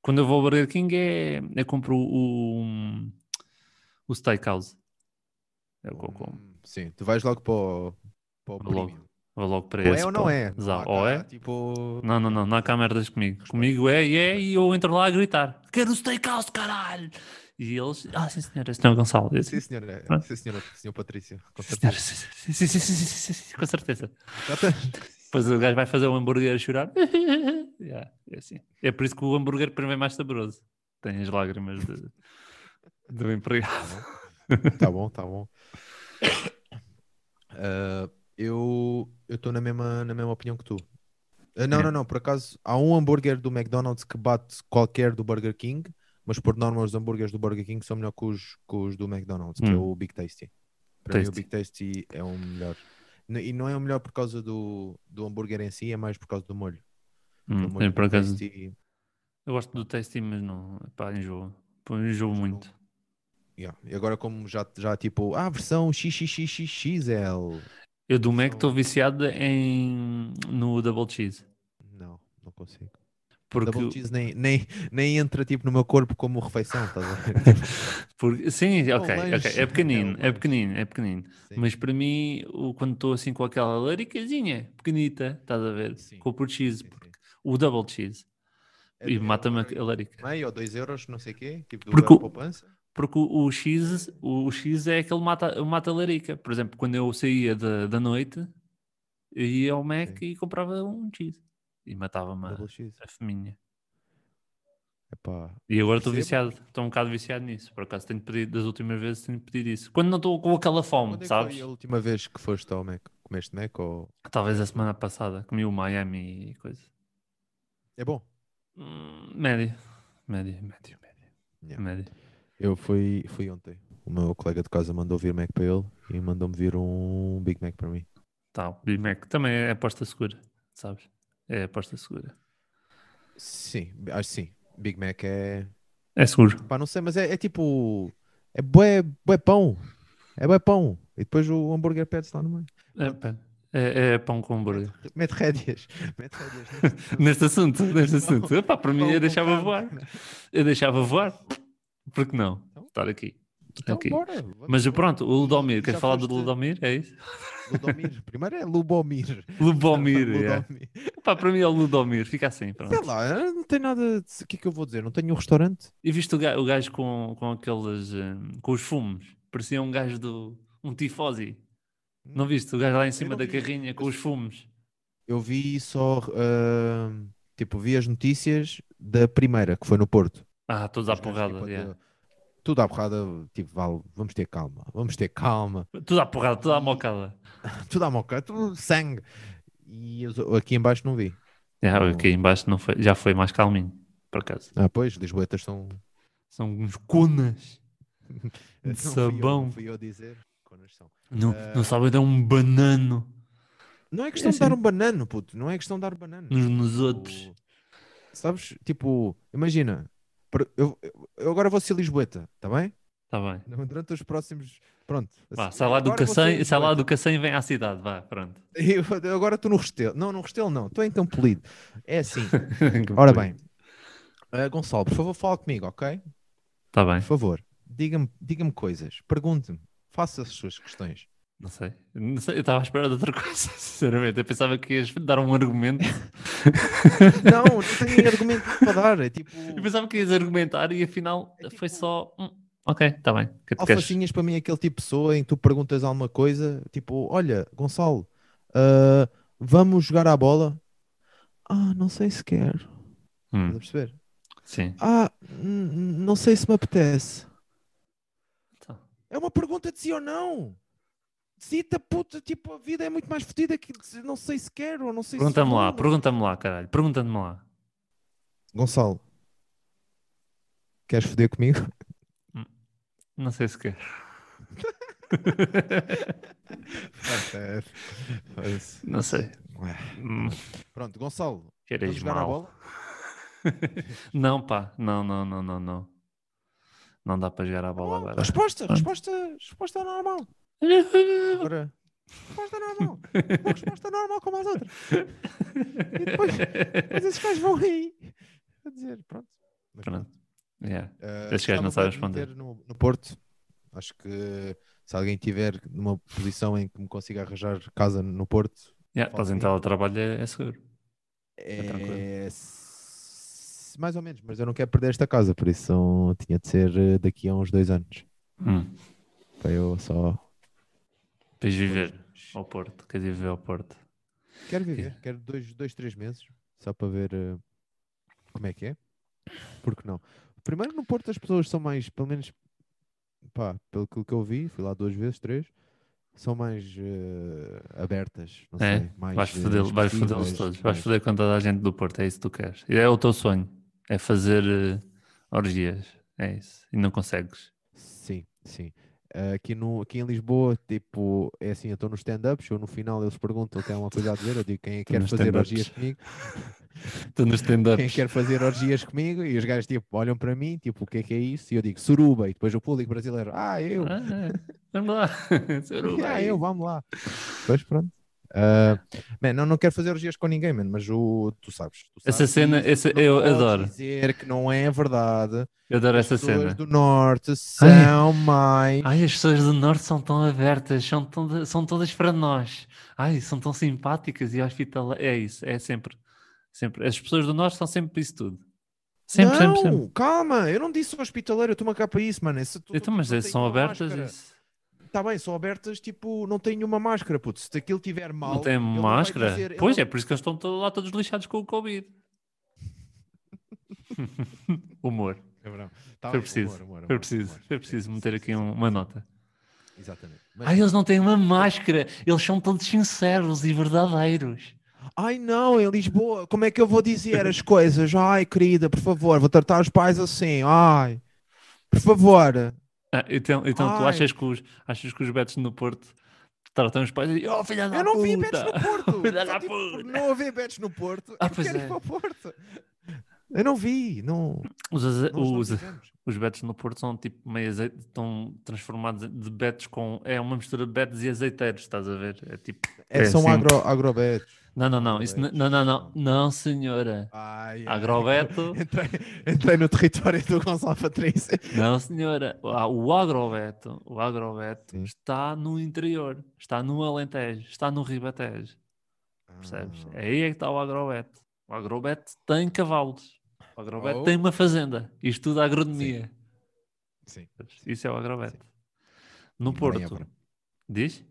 quando eu vou ao Burger King é, eu compro o, o Steakhouse. É o que eu como. Hum, sim, tu vais logo para o, para o Vou logo. premium. Vou logo para Ou esse. é ou não pá. é? Não Zau. há ou cá, é? Tipo, Não, não, não, não há cá merdas comigo. Comigo é e é, e eu entro lá a gritar: Quero steakhouse, caralho! E eles, ah, sim senhor, é senhor Gonçalo. Eu, sim Sim, senhora, Pronto. sim senhora, senhor Patrício. com senhor, certeza. sim, sim, sim, sim, sim, sim, sim, sim, com certeza. Já tá- Depois o gajo vai fazer um hambúrguer a chorar. Yeah, é, assim. é por isso que o hambúrguer para mim é mais saboroso. Tem as lágrimas de- do empregado. Tá bom, tá bom. Ah, eu estou na mesma, na mesma opinião que tu. Ah, não, É. não, não. Por acaso, há um hambúrguer do McDonald's que bate qualquer do Burger King, mas por norma os hambúrgueres do Burger King são melhor que os, que os do McDonald's, que é Hum. o Big Tasty. Para mim, o Tasty. Big Tasty é o melhor. N- E não é o melhor por causa do, do hambúrguer em si, é mais por causa do molho. O Hum, molho eu, por do acaso, Tasty, eu gosto do tasty, mas não, pá, enjoo. Pô, enjoo muito. yeah. E agora, como já, já tipo, ah, a versão XXXXXL. Eu do Mac Só- estou viciado em, no double cheese. Não, não consigo. Double Porque, cheese nem, nem, nem entra tipo no meu corpo como refeição, estás a ver? Tipo, porque sim, É um ok, ok, lanche, é pequenino, é um é lanche. pequenino, é pequenino. Sim. Mas para mim, o- quando estou assim com aquela laricazinha pequenita, estás a ver? Sim, Com o cheese, Sim, sim. o double cheese. É e do- é mata-me um euro a larica. e meio ou dois euros, não sei o quê, tipo do Porque Euro o- poupança. Porque o, o X, o X é aquele mata, mata larica. Por exemplo, quando eu saía da, da noite, eu ia ao Mac e comprava um X. E matava-me a, Double cheese. a feminha. Epá, E agora estou Percebo. viciado, estou um bocado viciado nisso. Por acaso tenho pedido, das últimas vezes tenho pedido isso. Quando não estou com aquela fome, quando é que sabes? foi a última vez que foste ao Mac? Comeste Mac ou... Talvez a semana passada, comi o Miami e coisa. É bom. Hum, Médio, médio, médio, médio. Yeah. médio. Eu fui, fui ontem. O meu colega de casa mandou vir Mac para ele e mandou-me vir um Big Mac para mim. Tal, Big Mac também é aposta segura, sabes? É aposta segura. Sim, acho que sim. Big Mac é... É seguro. Pá, não sei, mas é, é tipo... É bué, bué pão. É bué pão. E depois o hambúrguer perde-se lá no meio. É, pá, é- é pão com hambúrguer. Mete rédeas. Mete rédeas. neste- Neste assunto, neste assunto. Epá, para mim Pão eu com deixava carne. voar. Eu deixava voar. Porque não? Então? Estar aqui. Então, aqui. bora. vamos Mas embora. pronto, o Ludomir, E queres já falar do foste- Ludomir? É isso? Ludomir. Primeiro é Lubomir. Lubomir, yeah. Ludomir. Pá, para mim é o Ludomir, fica assim, é. pronto. Sei lá, eu não tem nada. de- O que é que eu vou dizer? Não tenho um restaurante? E viste o ga- o gajo, com, com aqueles, eh, com os fumos, parecia um gajo do, um tifosi. Não viste o gajo lá em cima não da vi, carrinha com os fumos? Eu vi só. ah, tipo, vi as notícias da primeira, que foi no Porto. Ah, todos à Os gajos, porrada, tipo, yeah. de- tudo à porrada, tipo, vale, vamos ter calma, vamos ter calma, Tudo à porrada, tudo à mocada. tudo à moca, tudo sangue. E eu só- aqui em baixo não vi. Yeah, Não. É, aqui em baixo não foi, já foi mais calminho, por acaso. Ah, pois, Lisboetas são. São uns conas. De Não fui eu, sabão. Não fui eu dizer. Conas são. Não, Eh. não sabem dar um banano Não é questão de assim. dar um banano, puto. Não é questão de dar banano. uns nos outros. Tipo, Sabes? Tipo, imagina. per- Eu, eu- eu agora vou ser Lisboeta, está bem? Está Tá bem. Não, Durante os próximos. Pronto. Vá, Assim, sai lá do agora vou ser Cacém, sai lá Lisboeta. do Cacém e vem à cidade, vá, pronto. Eu- agora estou no Restelo. Não, no Restelo não. Estou em Tampolido. É assim. Ora bem. Ah, Gonçalo, por favor, fala comigo, ok? Está Por Tá bem, favor, diga-me diga coisas. Pergunte-me. Faça as suas questões. não sei. Não sei, eu estava à espera de outra coisa, sinceramente. Eu pensava que ias dar um argumento. Não, não tenho argumento para dar. É tipo. Eu pensava que ias argumentar e afinal É tipo- foi só. hum, ok, está bem. O Que é que queres? Alfacinhas para mim é aquele tipo de pessoa em que tu perguntas alguma coisa, tipo, olha, Gonçalo, ah, vamos jogar à bola? Ah, não sei se quero. Estás a Hum, perceber? sim. Ah, n- n- não sei se me apetece. Então. É uma pergunta de sim ou não. Cita, puta, tipo, a vida é muito mais fodida que dizer não sei se quero ou não sei se Pergunta-me lá, vou. pergunta-me lá, caralho. Pergunta-me lá. Gonçalo, queres foder comigo? Não sei se quer. é- Não sei. Hum, Pronto, Gonçalo, vamos Queres jogar à mal. bola? Não, pá, não, não, não, não, não. Não dá para jogar a Ah, bola agora. Resposta, Pronto. resposta, resposta normal. Agora, resposta normal. Uma resposta normal como as outras. E depois, depois esses gajos vão aí. A dizer, pronto. Mas Pronto. Yeah. Eh, Esses gajos não gostava sabem bué de responder. meter No, no Porto, acho que se alguém tiver numa posição em que me consiga arranjar casa no Porto, Yeah, Fala estás em comigo. teletrabalho, é, é seguro. tranquilo. é s- mais ou menos, mas eu não quero perder esta casa, por isso são- tinha de ser eh, daqui a uns dois anos. Hum. Para eu só. Depois viver ao Porto. Queres ir viver ao Porto? Quero viver, quero dois, dois, três meses, só para ver eh, como é que é. Porque não? Primeiro no Porto as pessoas são mais, pelo menos, pá, pelo que que eu vi, fui lá duas vezes, três, são mais eh, abertas, não É, sei, mais Vais eh, foder- vais fodê-los expressivas, todos. Vais mais- foder com toda a gente do Porto. É isso que tu queres. É o teu sonho. É fazer eh, orgias. É isso. E não consegues. Sim, sim. Eh, aqui, no, aqui em Lisboa, tipo, é assim, eu estou nos stand-ups, eu no final eles perguntam se tem alguma coisa a dizer, eu digo quem é que Tô quer nos fazer stand-ups. orgias comigo, Estou nos quem stand-ups. quer fazer orgias comigo, e os gajos tipo, olham para mim, tipo, o que é que é isso? E eu digo, suruba, e depois o público brasileiro, ah, eu, Ah, é. Vamos lá. ah, eu, vamos lá. Depois pronto. Ah, man, não, não quero fazer orgias com ninguém, man, mas o, tu sabes. tu Essa sabes cena, disso, essa, não eu podes adoro. dizer que não é verdade. Eu adoro essa As pessoas cena. Ah, do norte são mais. Ai, as pessoas do Norte são tão abertas, são, toda- são todas para nós. Ai, são tão simpáticas e hospitaleiras. É isso, é sempre, sempre. As pessoas do Norte são sempre isso tudo. Sempre, não, sempre, sempre. calma, eu não disse hospitaleiro, eu estou-me cá para isso, mano. Esse, tu, Então, mas são abertas isso. Está Tá bem, são abertas, tipo, não tem nenhuma máscara, puto. Se aquilo tiver mal. não têm ele vai máscara? dizer- ele pois não- é, por isso que eles estão todo- lá todos lixados com o Covid. Humor. Cabrão. Tá Foi bem, preciso, humor, humor, Foi humor, preciso, humor. foi preciso Sim, meter sim, aqui sim, um- uma nota. Exatamente. Mas- Ai, eles não têm uma máscara, eles são todos sinceros e verdadeiros. Ai não, em Lisboa, como é que eu vou dizer as coisas? Ai, querida, por favor, vou tratar os pais assim. Ai, por favor. Ah, então então tu Ai. achas que, os, achas que os betos no Porto tratam os pais e oh filha da Eu não puta. vi bets no Porto. Filha da Só, tipo, puta. por não haver bets no Porto, Ah, eu pois quero é. ir para o Porto. Eu não vi, não. Os, aze- nós não os, tivemos. os betos no Porto são tipo meio azeite, estão transformados de betos com. É uma mistura de betos e azeiteiros, estás a ver? É tipo. É, é são assim. agro, agrobets. Não, não, não, isso, n- não, não, não, não, senhora. Ai, ai. Agrobeto, Entrei, entrei no território do Gonçalo Patrício. não, senhora. Ah, O agrobeto, o agrobeto Sim. está no interior, está no Alentejo, está no Ribatejo. Percebes? Ah, Aí é que está o Agrobeto. O Agrobeto tem cavalos. O Agrobeto Oh. tem uma fazenda e estuda agronomia. sim. Percebes? Isso é o Agrobeto. No Também é Porto. Évora. Diz?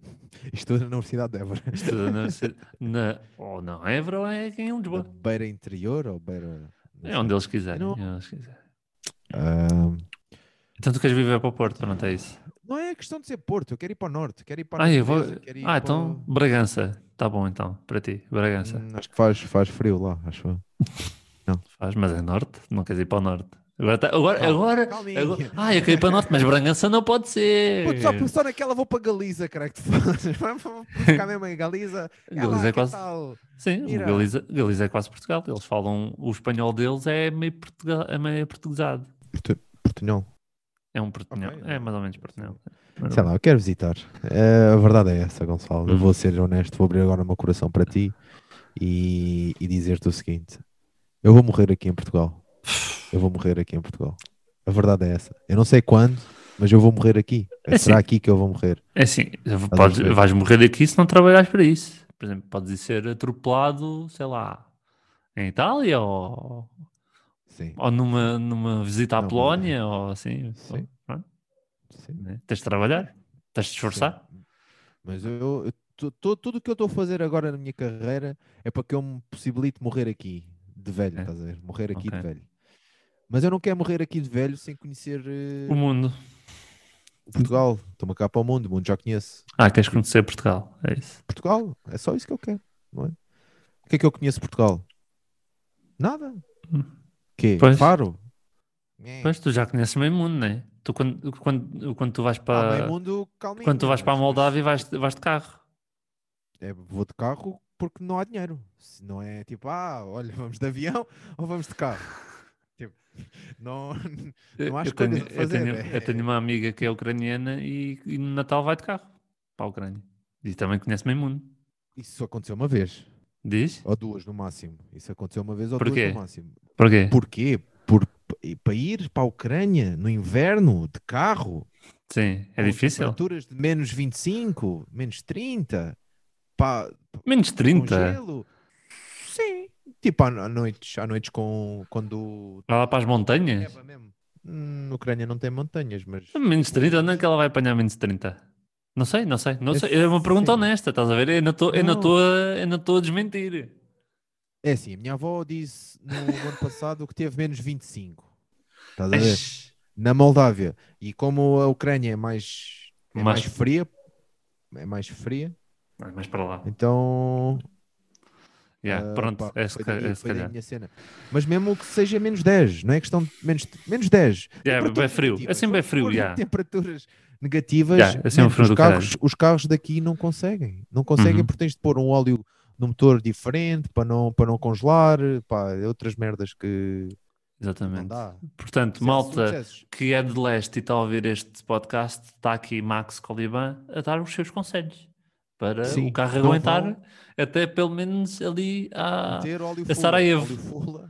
Estou na Universidade de Évora. Estuda na, ci- na ou não Évora ou é aqui em Na Lisboa. beira interior ou beira. É onde eles quiserem. Eu não- é onde eles quiserem. Ahm, Então tu queres viver para o Porto, pronto, é isso. Não é questão de ser Porto, eu quero ir para o Norte, quero ir para a Ah, eu vou... natureza, quero ir ah para então o- Bragança. Tá bom então, para ti, Bragança. Hum, acho que faz, faz frio lá, acho eu. Faz, mas é norte, não queres ir para o norte. Agora, tá- agora, Calma, agora, calminha. agora- Ah, eu queria ir para o norte, mas Bragança não pode ser. Puto, só, só naquela vou para Galiza, caralho, que tu fazes. Vamos vamos ficar mesmo em Galiza. É lá, Galiza é que quase. tal? Sim, Mira. Galiza, Galiza é quase Portugal. Eles falam. O espanhol deles é meio, portugal, é meio portuguesado. Portunhol. É um portunhol. Ok. É mais ou menos portunhol. Sei lá, eu quero visitar. Eh, a verdade é essa, Gonçalo. Eu Hum. vou ser honesto, vou abrir agora o meu coração para ti e, e dizer-te o seguinte: eu vou morrer aqui em Portugal. Eu vou morrer aqui em Portugal. A verdade é essa. Eu não sei quando, mas eu vou morrer aqui. É Será sim. aqui que eu vou morrer? É assim, podes- ver. vais morrer aqui se não trabalhares para isso. Por exemplo, podes ir ser atropelado, sei lá, em Itália ou, Sim. ou numa, numa visita à Não, mas- é. Polónia ou assim. Sim. Pronto, sim. né? Tens de trabalhar, tens de te esforçar. Sim. Mas eu, eu tu- tu- tudo o que eu estou a fazer agora na minha carreira é para que eu me possibilite morrer aqui de velho, É. estás a ver? Morrer aqui Ok. de velho. Mas eu não quero morrer aqui de velho sem conhecer eh, O mundo. Portugal. Estou-me cá para o mundo, o mundo já conheço. Ah, queres conhecer Portugal? É isso. Portugal, é só isso que eu quero, não é? O que é que eu conheço de Portugal? Nada. Hum. Quê? Pois. Faro? Nhé. Pois tu já conheces meio mundo, não é? Tu quando, quando, quando tu vais Ah, para. meio mundo, calminho. quando tu vais para a mas- Moldávia vais, vais de carro. é, vou de carro porque não há dinheiro. Se não é tipo, ah, olha, vamos de avião ou vamos de carro. tipo, não, Não há eu, escolhas tenho, a eu, fazer, tenho, é. eu tenho uma amiga que é ucraniana e, e no Natal vai de carro para a Ucrânia. E também conhece meio mundo. isso aconteceu uma vez Diz? ou duas no máximo. Isso aconteceu uma vez ou Porquê? duas no máximo. Porquê? Porquê? Por, e para ir para a Ucrânia no inverno de carro, Sim, é com difícil. temperaturas de menos 25, menos 30, pá, Menos com 30. gelo. Sim, tipo à, à noites, à noites com, quando Vai lá para as montanhas. neva mesmo. Hum, Na Ucrânia não tem montanhas, É, mas Menos 30, onde é que ela vai apanhar menos 30? Não sei, não sei. Não É sei. É uma pergunta sim. honesta, estás a ver? Eu não estou- eu não Não. estou a- eu não estou a desmentir. É assim, a minha avó disse no ano passado que teve menos 25. Estás a ver? Eish. Na Moldávia. E como a Ucrânia é mais, é Mais- mais... fria, é mais fria, Vai mais para lá. então. Yeah, ah, pronto, pá, é se foi ca- daí, é se foi daí a calhar. minha cena. Mas mesmo que seja menos 10, não é questão de menos, menos Tipo, 10. Yeah, Temperaturas é frio, é negativas. sempre é Quando frio. forem Yeah. Temperaturas negativas, Yeah, é sempre man, frio os, do carros, os carros daqui não conseguem. Não conseguem Uhum. porque tens de pôr um óleo no motor diferente para não, para não congelar, pá, é outras merdas que não Exatamente. dá. é Portanto, Sucessos, malta sucessos. que é de leste e está a ouvir este podcast, está aqui Max Coliban a dar os seus conselhos para Sim, o carro não aguentar vão- até pelo menos ali à. Meter óleo a fula. Ah, é Sarajevo. óleo fula.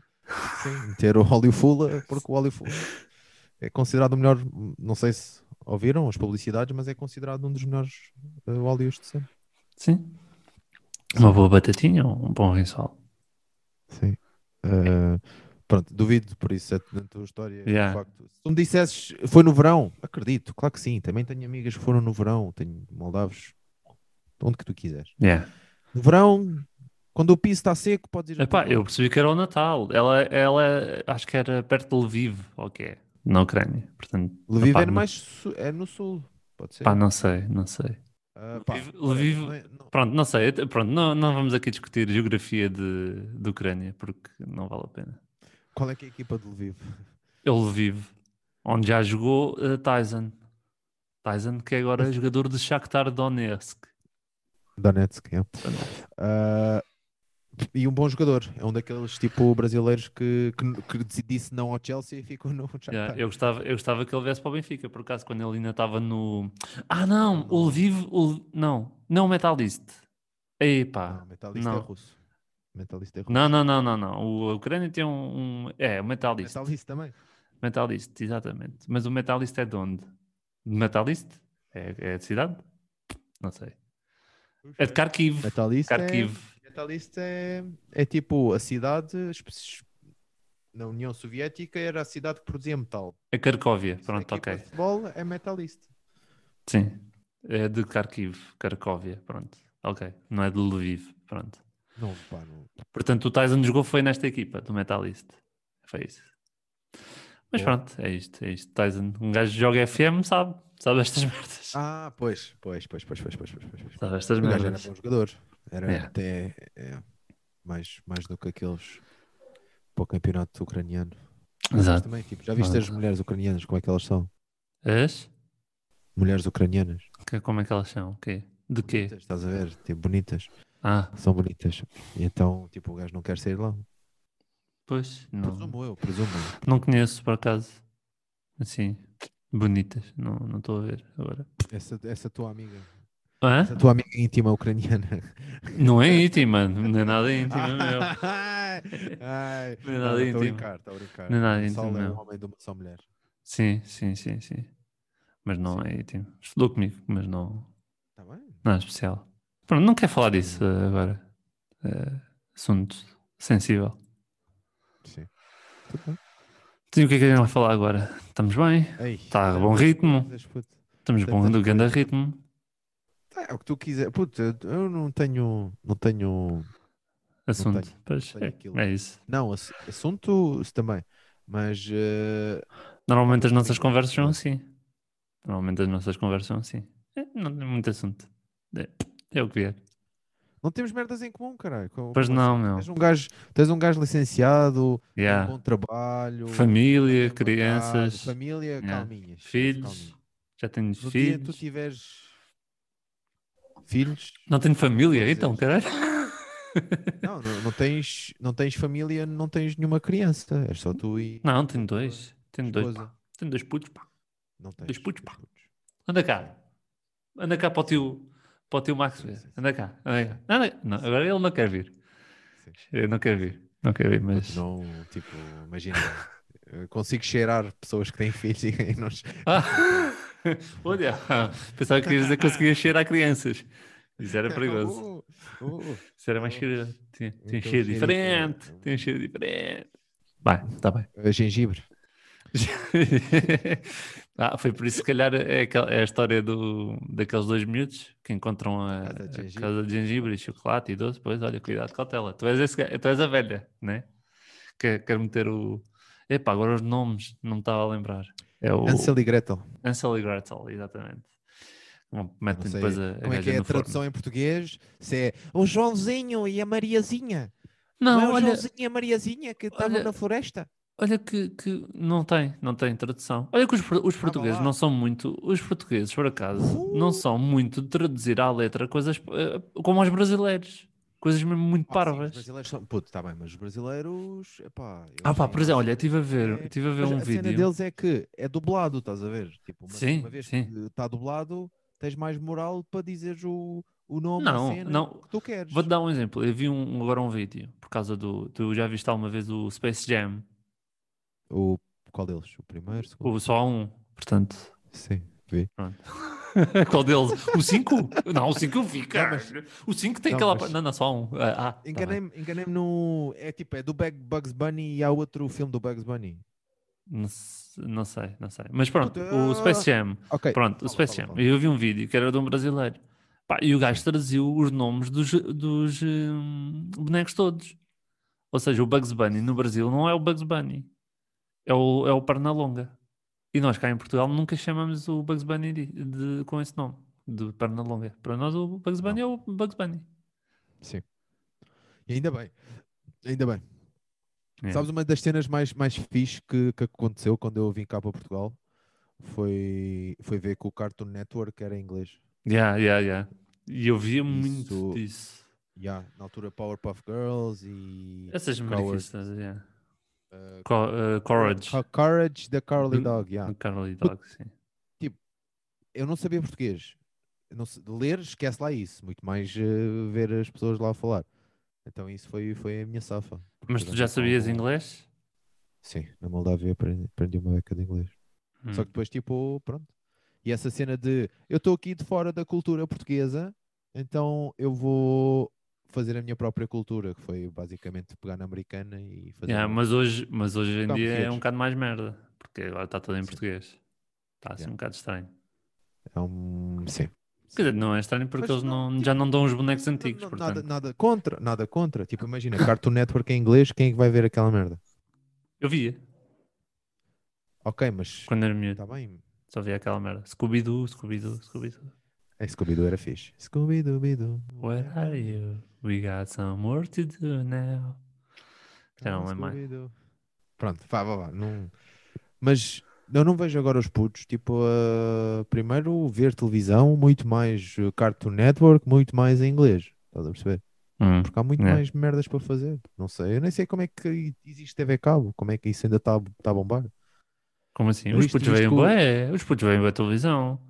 Sim, meter o óleo fula, porque o óleo fula é considerado o melhor, não sei se ouviram as publicidades, mas é considerado um dos melhores eh, óleos de sempre. Sim. Uma boa batatinha, um bom lençol. Sim. Eh, pronto, duvido por isso, é da tua história. de Yeah. facto. Se tu me dissesses, foi no verão, acredito, claro que sim. Também tenho amigas que foram no verão, tenho moldavos, onde que tu quiseres. Yeah. No verão, quando o piso está seco, podes ir. a Epá, Portugal. eu percebi que era o Natal. Ela, ela acho que era perto de Lviv, ou que é? Na Ucrânia. Portanto, Lviv epá, é, não- mais su- é no sul, pode ser. pá, não sei, não sei. Ah, pá, Lviv- olha, Lviv- não é- não- Pronto, não sei. até- Pronto, não, não vamos aqui discutir geografia de, de Ucrânia, porque não vale a pena. Qual é que é a equipa de Lviv? Ele vive onde já jogou eh, Tyson. Tyson, que é agora jogador de Shakhtar Donetsk. Donetsk, é. Ah, e um bom jogador. É um daqueles tipo brasileiros que, que, que disse- disse não ao Chelsea e ficou no Shakhtar. Yeah, eu, gostava, eu gostava que ele viesse para o Benfica, por acaso, quando ele ainda estava no. Ah, não! Não, O não. Lviv. O... Não, não o Metalist. Epá. Não, metalista não. é russo. Metalista é russo. Não, não, não, não, não. O a Ucrânia tem um. um- É, o Metalist. Metalista também. Metalist, exatamente. Mas o Metalist é de onde? De Metalist? É, é de cidade? Não sei. É de Kharkiv. Metalista, é, Kharkiv. metalista é, é tipo a cidade espe- na União Soviética era a cidade que produzia metal. É Kharkovia. Se Pronto, a equipa ok. de futebol é metalista. Sim. É de Kharkiv, Kharkovia. Pronto. Ok. Não é de Lviv. Pronto. Não, pá, não. Portanto, o Tyson jogou foi nesta equipa do Metalist. Foi isso. Mas Boa. pronto, é isto, é isto. Tyson, um gajo que joga FM, sabe? Sabe estas merdas. Ah, pois, pois, pois, pois, pois, pois, pois, pois. pois. Sabe estas O gajo era merdas. bom jogador. Era Yeah. até é, mais, mais do que aqueles para o campeonato ucraniano. Mas Exato. também, tipo, já viste as mulheres ucranianas, como é que elas são? As? Mulheres ucranianas. Que- como é que elas são? O quê? De quê? Bonitas, estás a ver? Tipo, bonitas. Ah, São bonitas. E então, tipo, o gajo não quer sair lá. pois, não, Presumo eu, presumo. eu. não conheço por acaso. Assim, bonitas, não não estou a ver agora. Essa, essa tua amiga. Hã? Essa tua amiga íntima ucraniana. Não é íntima, não é nada íntima meu. Ai, ai. Não é nada Estou a íntimo. brincar, estou a brincar. Não é nada O Gonçalo íntimo, é um não. homem de uma só mulher. Sim, sim, sim, sim. Mas não é íntimo. Estudou comigo, mas não, Está Tá bem? não é especial. Pronto, não quero falar disso eh, agora. Eh, assunto sensível. Sim. Tudo bem. Sim, o que é que a gente vai falar agora? Estamos bem? Ei, Tá, olha, bom ritmo. coisas, puto. Estamos bom Tantas do grande ritmo. Tá, é o que tu quiser. Puto, eu- eu não tenho. Não tenho. Assunto. tenho- pois, tenho é, aquilo. é isso. Não, ass- assunto se também. Mas. eh, Normalmente Pá, as não nossas tenho conversas são nada. assim. Normalmente as nossas conversas são assim. É, não tem muito assunto. É, é o que vier. não temos merdas em comum, caralho. Co- Pois como assim? não, meu. Tens um gajo, tens um gajo licenciado, tem um Yeah. bom trabalho, Família, bem crianças, aguentado, família, yeah. calminhas. filhos. calminhas. Já tenho No dia é que tu filhos. tiveres filhos, Não tenho família, Vou então, dizer. caralho. não, não, não tens, não tens família, não tens nenhuma criança. És só tu e Não, tenho dois. Tenho dois, esposa. pá. Tenho dois putos, pá. Não tens. Dois putos, dois pá. Anda cá. Anda cá para o teu, para o teu Max Sim, ver. sim, sim. Anda cá. Anda cá. Anda cá. Não, agora ele não quer vir. Sim. Eu não quero vir. Não quero vir, Puto, mas. Não, tipo, imagina. eu Consigo cheirar pessoas que têm filhos e nós. Ah, olha, pensava que querias dizer que conseguia cheirar crianças. Isso era perigoso. Oh, oh. Isso era mais Oh. cheiro. Tinha, tinha um Então, cheiro cheiro diferente. diferente. Tinha um cheiro diferente. Bem, está bem. Eh, Gengibre. ah, foi por isso, se calhar, é, aquela- é a história do, daqueles dois miúdos que encontram a, Casa de a gengibre. casa de gengibre e chocolate e doce. Pois, olha, cuidado, cautela. Tu és, esse, ga- tu és a velha, né? Que, quero meter o. Epá, agora os nomes, não me estava a lembrar. É o Ansel e Gretel. Ansel e Gretel, exatamente. Bom, Eu não metem sei depois a, a Como é que gaja é a no forno. tradução em português? Se é o Joãozinho e a Mariazinha. Não, é o olha, Joãozinho e a Mariazinha que estavam olha, na floresta. Olha que, que não tem, não tem tradução. Olha que os, por- os portugueses lá. não são muito, os portugueses, por acaso, não Uh. são muito de traduzir à letra coisas eh, como os brasileiros. Coisas mesmo muito Ah, sim, os parvas. brasileiros são. Puto, está bem, mas os brasileiros. Epá, eu Ah pá, assim, por exemplo, acho olha, estive a que ver, é- estive a ver Mas um a vídeo. cena deles é que é dublado, estás a ver? Tipo, uma, Sim, uma vez sim. que está dublado, tens mais moral para dizeres o, o nome Não, da cena não. que tu queres. Vou-te dar um exemplo. Eu vi um, agora um vídeo, por causa do. Tu já viste alguma vez o Space Jam? O, qual deles? O primeiro? o segundo? Ou só um, portanto. Sim, tá vi. Qual deles? O 5? Não, o 5 eu vi, cara. O 5 tem não, aquela. mas- pa- Não, não, só um. Ah, ah, tá bem. Enganei-me enganei no. É tipo, é do Bug- Bugs Bunny e há outro filme do Bugs Bunny. Não, se- não sei, não sei. Mas pronto, Puta, o Space Jam. Ok. Pronto, o fala, Space fala, Jam. fala. Eu vi um vídeo que era de um brasileiro. Pá, e o gajo traduziu os nomes dos, dos hum, bonecos todos. Ou seja, o Bugs Bunny no Brasil não é o Bugs Bunny. É o, é o Pernalonga. E nós cá em Portugal nunca chamamos o Bugs Bunny de, de- com esse nome. De Pernalonga. Para nós o Bugs Bunny é o Bugs Bunny. E ainda bem. Ainda bem. É. Sabes uma das cenas mais, mais fixe que, que aconteceu quando eu vim cá para Portugal? Foi, foi ver que o Cartoon Network era em inglês. Yeah, yeah, yeah. E eu via muito Isso- disso. Yeah, na altura Powerpuff Girls e Essas Coward. manifestações, yeah. eh, Co- eh, Courage. Co- Courage da Carly Do- Dog. yeah. Do Carly Dog, sim. Eu não sabia português. Eu não se- ler, esquece lá isso. Muito mais eh, ver as pessoas lá a falar. Então isso foi, foi a minha safa. porque Mas eu tu já estava sabias com- inglês? Sim, na Moldávia aprendi, aprendi uma beca de inglês. Hum. Só que depois, tipo, pronto. E essa cena de eu estou aqui de fora da cultura portuguesa, então eu vou fazer a minha própria cultura, que foi basicamente pegar na americana e fazer. um, Yeah, uma- mas, hoje, mas hoje em Tá, dia é português. um bocado mais merda, porque agora está tudo em Sim. português. Está assim Yeah. um bocado estranho. É um. Sim. Quer dizer, não é estranho porque Mas eles não, não, tipo, já não dão os bonecos Não- antigos, não- portanto. nada, nada contra, nada contra. Tipo, é imagina, Cartoon Network em inglês, quem é que vai ver aquela merda? Eu via. Ok, mas Quando era miúdo. está bem. Só via aquela merda. Scooby-Doo, Scooby-Doo, Scooby-Doo. É Scooby-Doo era fixe. Scooby-Doo. Where are you? We got some work to do now. Já não lembro mais. Pronto, vá, vá, vá. Não... Mas eu não vejo agora os putos. Tipo, ah, primeiro ver televisão, muito mais ah, Cartoon Network, muito mais em inglês. Estás a perceber? Hum. Porque há muito Yeah. mais merdas para fazer. Não sei, eu nem sei como é que existe TV Cabo, como é que isso ainda está a, tá a bombar. Como assim? Eu Os isto putos visto veem com- bué, os putos veem bué televisão.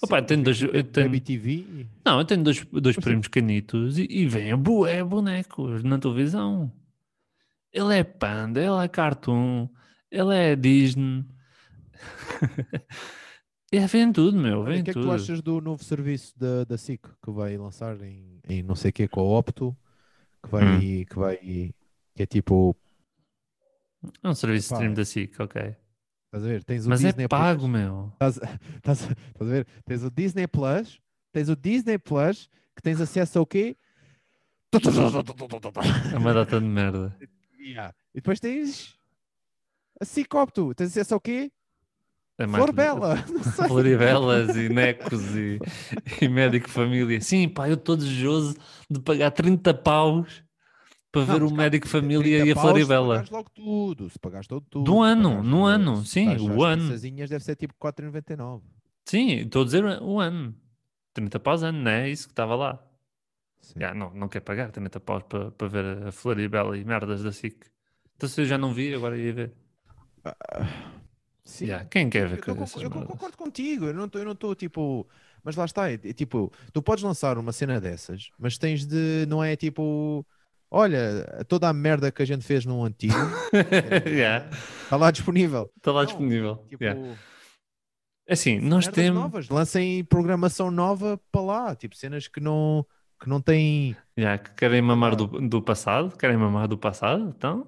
Opa, Sim, é eu tenho dois, eu tenho, Baby TV. não, eu tenho dois, dois Pois é. primos canitos e, e veem bué é bonecos na televisão. Ele é panda, ele é cartoon, ele é Disney. é, vem tudo, meu, Olha, vem o que é que tudo. tu achas do novo serviço da, da SIC que vai lançar em, em não sei o que com a Opto? Que vai, Hum. que vai, que é tipo, É um serviço de Epá. stream da SIC, ok. é estás a ver? Tens o Mas Disney é Plus, pago, meu. Estás, estás, estás a ver? Tens o Disney Plus, tens o Disney Plus que tens acesso ao quê? É uma data de merda. Yeah. E depois tens a SIC Opto, tens acesso ao quê? É mais- Flor Bela, não sei. Floribelas e Necos e, e Médico Família. Sim, pá, eu estou desejoso de pagar 30 paus para Não, ver o mas calma, Médico Família 30 e a paus, Se Floribela. pagares logo tudo, se pagares todo tudo. Do se ano, pagares no o- ano, se sim, pagares o as ano. pizzazinhas deve ser tipo 4,99. Sim, estou a dizer o ano. 30 paus ano, não é isso que estava lá. Sim. Já, não, não quer pagar 30 paus para, para ver a Floribela e merdas da SIC. Então se eu já não vi, agora ia ver. Sim. Já, quem quer Eu, ver tô coisas conco- essas eu co- merdas? concordo contigo, eu não estou, eu não estou tipo. Mas lá está, é, é tipo, tu podes lançar uma cena dessas, mas tens de. Não é tipo. Olha, toda a merda que a gente fez num antigo Já, está lá disponível. Está Tá lá Não, disponível. Tipo, Já. Assim, nós merdas temos. novas, lancem programação nova para lá, tipo, cenas que não, que não têm. Já, que querem tá. mamar do, do passado? Querem mamar do passado? Então.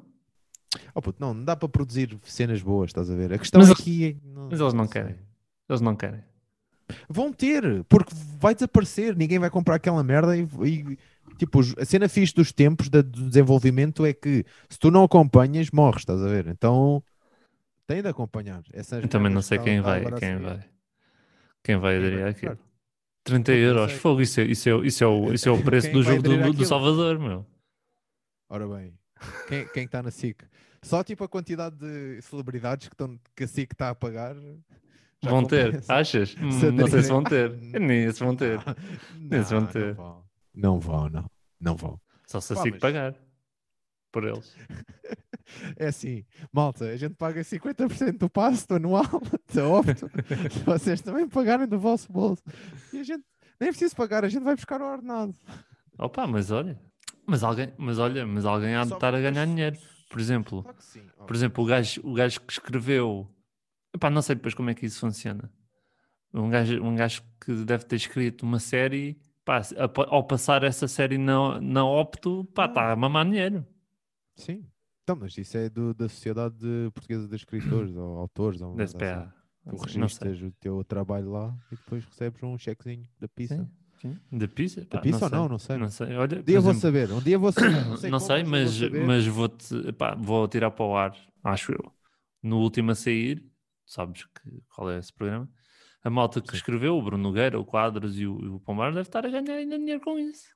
Oh, puto, não, não dá para produzir cenas boas, estás a ver? A questão Mas eles- aqui é que. mas eles não sei. querem. Eles não querem. Vão ter, porque vai desaparecer, ninguém vai comprar aquela merda e, e, tipo, os- a cena fixe dos tempos da- do desenvolvimento é que se tu não acompanhas, morres, estás a ver? Então tem de acompanhar. Essas Eu também não merdas sei que quem ela dá vai, tá agora a quem seguir. vai. Quem vai Quem vai aderir comprar? àquilo? 30 Eu não euros, sei. fogo, isso é, isso é, isso é, o, isso é o preço Quem do vai jogo do, aderir do- do àquilo? Salvador, meu. Ora bem, quem, quem está na SIC? Só tipo a quantidade de celebridades que, estão, que a SIC está a pagar. já vão ter, compensa. achas? Hum, Se não sei se aderirem. vão ter. Nem se vão ter. Não, Eles vão não ter. vão. Não vão, não. Não vão. Só se Pá, assim mas- pagar por eles. É assim, malta, a gente paga 50% do passo do anual da Opto, se vocês também pagarem do vosso bolso. E a gente nem precisa pagar, a gente vai buscar o ordenado. Opa, mas olha. Mas alguém, mas olha, mas alguém há de Só- estar tá a ganhar mas- dinheiro. Por exemplo, Claro que sim. Por exemplo, o gajo, o gajo que escreveu. Epá, não sei depois como é que isso funciona. Um gajo, um gajo que deve ter escrito uma série, pá, se- apo- ao passar essa série na, na Opto, pá, Não. está a mamar dinheiro. Sim. Então, mas isso é do- da Sociedade de- Portuguesa de Escritores ou Autores. Ou uma Desse merda pé. assim. Tu Não sei. registras o teu trabalho lá e depois recebes um chequezinho da pizza. Sim, sim. Da pizza? Da Pá, pizza ou sei. não? Não sei. Não sei. Olha, Um dia por vou exemplo, saber, um dia vou saber. Não sei, não como, sei, vou mas, saber. mas vou-te, epá, vou tirar para o ar, acho eu. No último a sair, sabes que, qual é esse programa? A malta que Sim. escreveu, o Bruno Nogueira, o Quadros e o, e o Pomar, deve estar a ganhar ainda dinheiro com isso.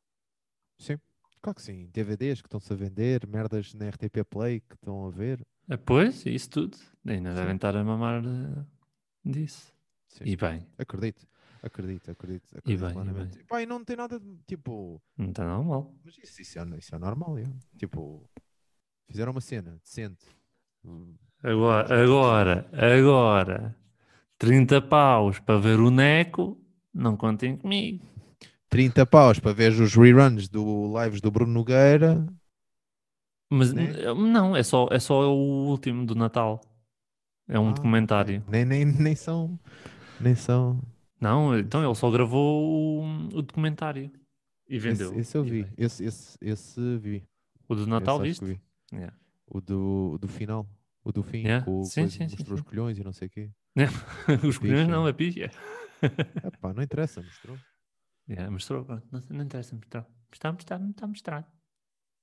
Claro que sim, DVDs que estão-se a vender, merdas na RTP Play que estão a ver. Ah, Pois, isso tudo. Ainda devem Sim. estar a mamar eh, disso. Sim. E bem, Acredito, acredito, acredito, E acredito bem, e plenamente. Pá, e não tem nada de tipo. não está nada mal. Mas isso, isso, é, isso é normal, é. Tipo, fizeram uma cena decente. Hum, Agora, agora, agora, 30 paus para ver o Neco, não contem comigo. 30 paus para ver os reruns do lives do Bruno Nogueira. Mas Né? eh, não, é só, é só o último do Natal. É um Ah, documentário. Nem, nem, nem são. Nem são. Não, então ele só gravou o, o documentário e Esse, vendeu. esse eu E vi. bem. Esse, esse, esse vi. O do Natal, Esse acho que viste? vi. Yeah. O do, o do final. O do fim. Yeah, Com, sim, coisa- sim, sim, mostrou os sim. colhões e não sei o quê. Os colhões não, é picha. Epá, não interessa, mostrou. Yeah, mostrou, pronto. Não, não interessa mostrar. Está mostrado, não está mostrado.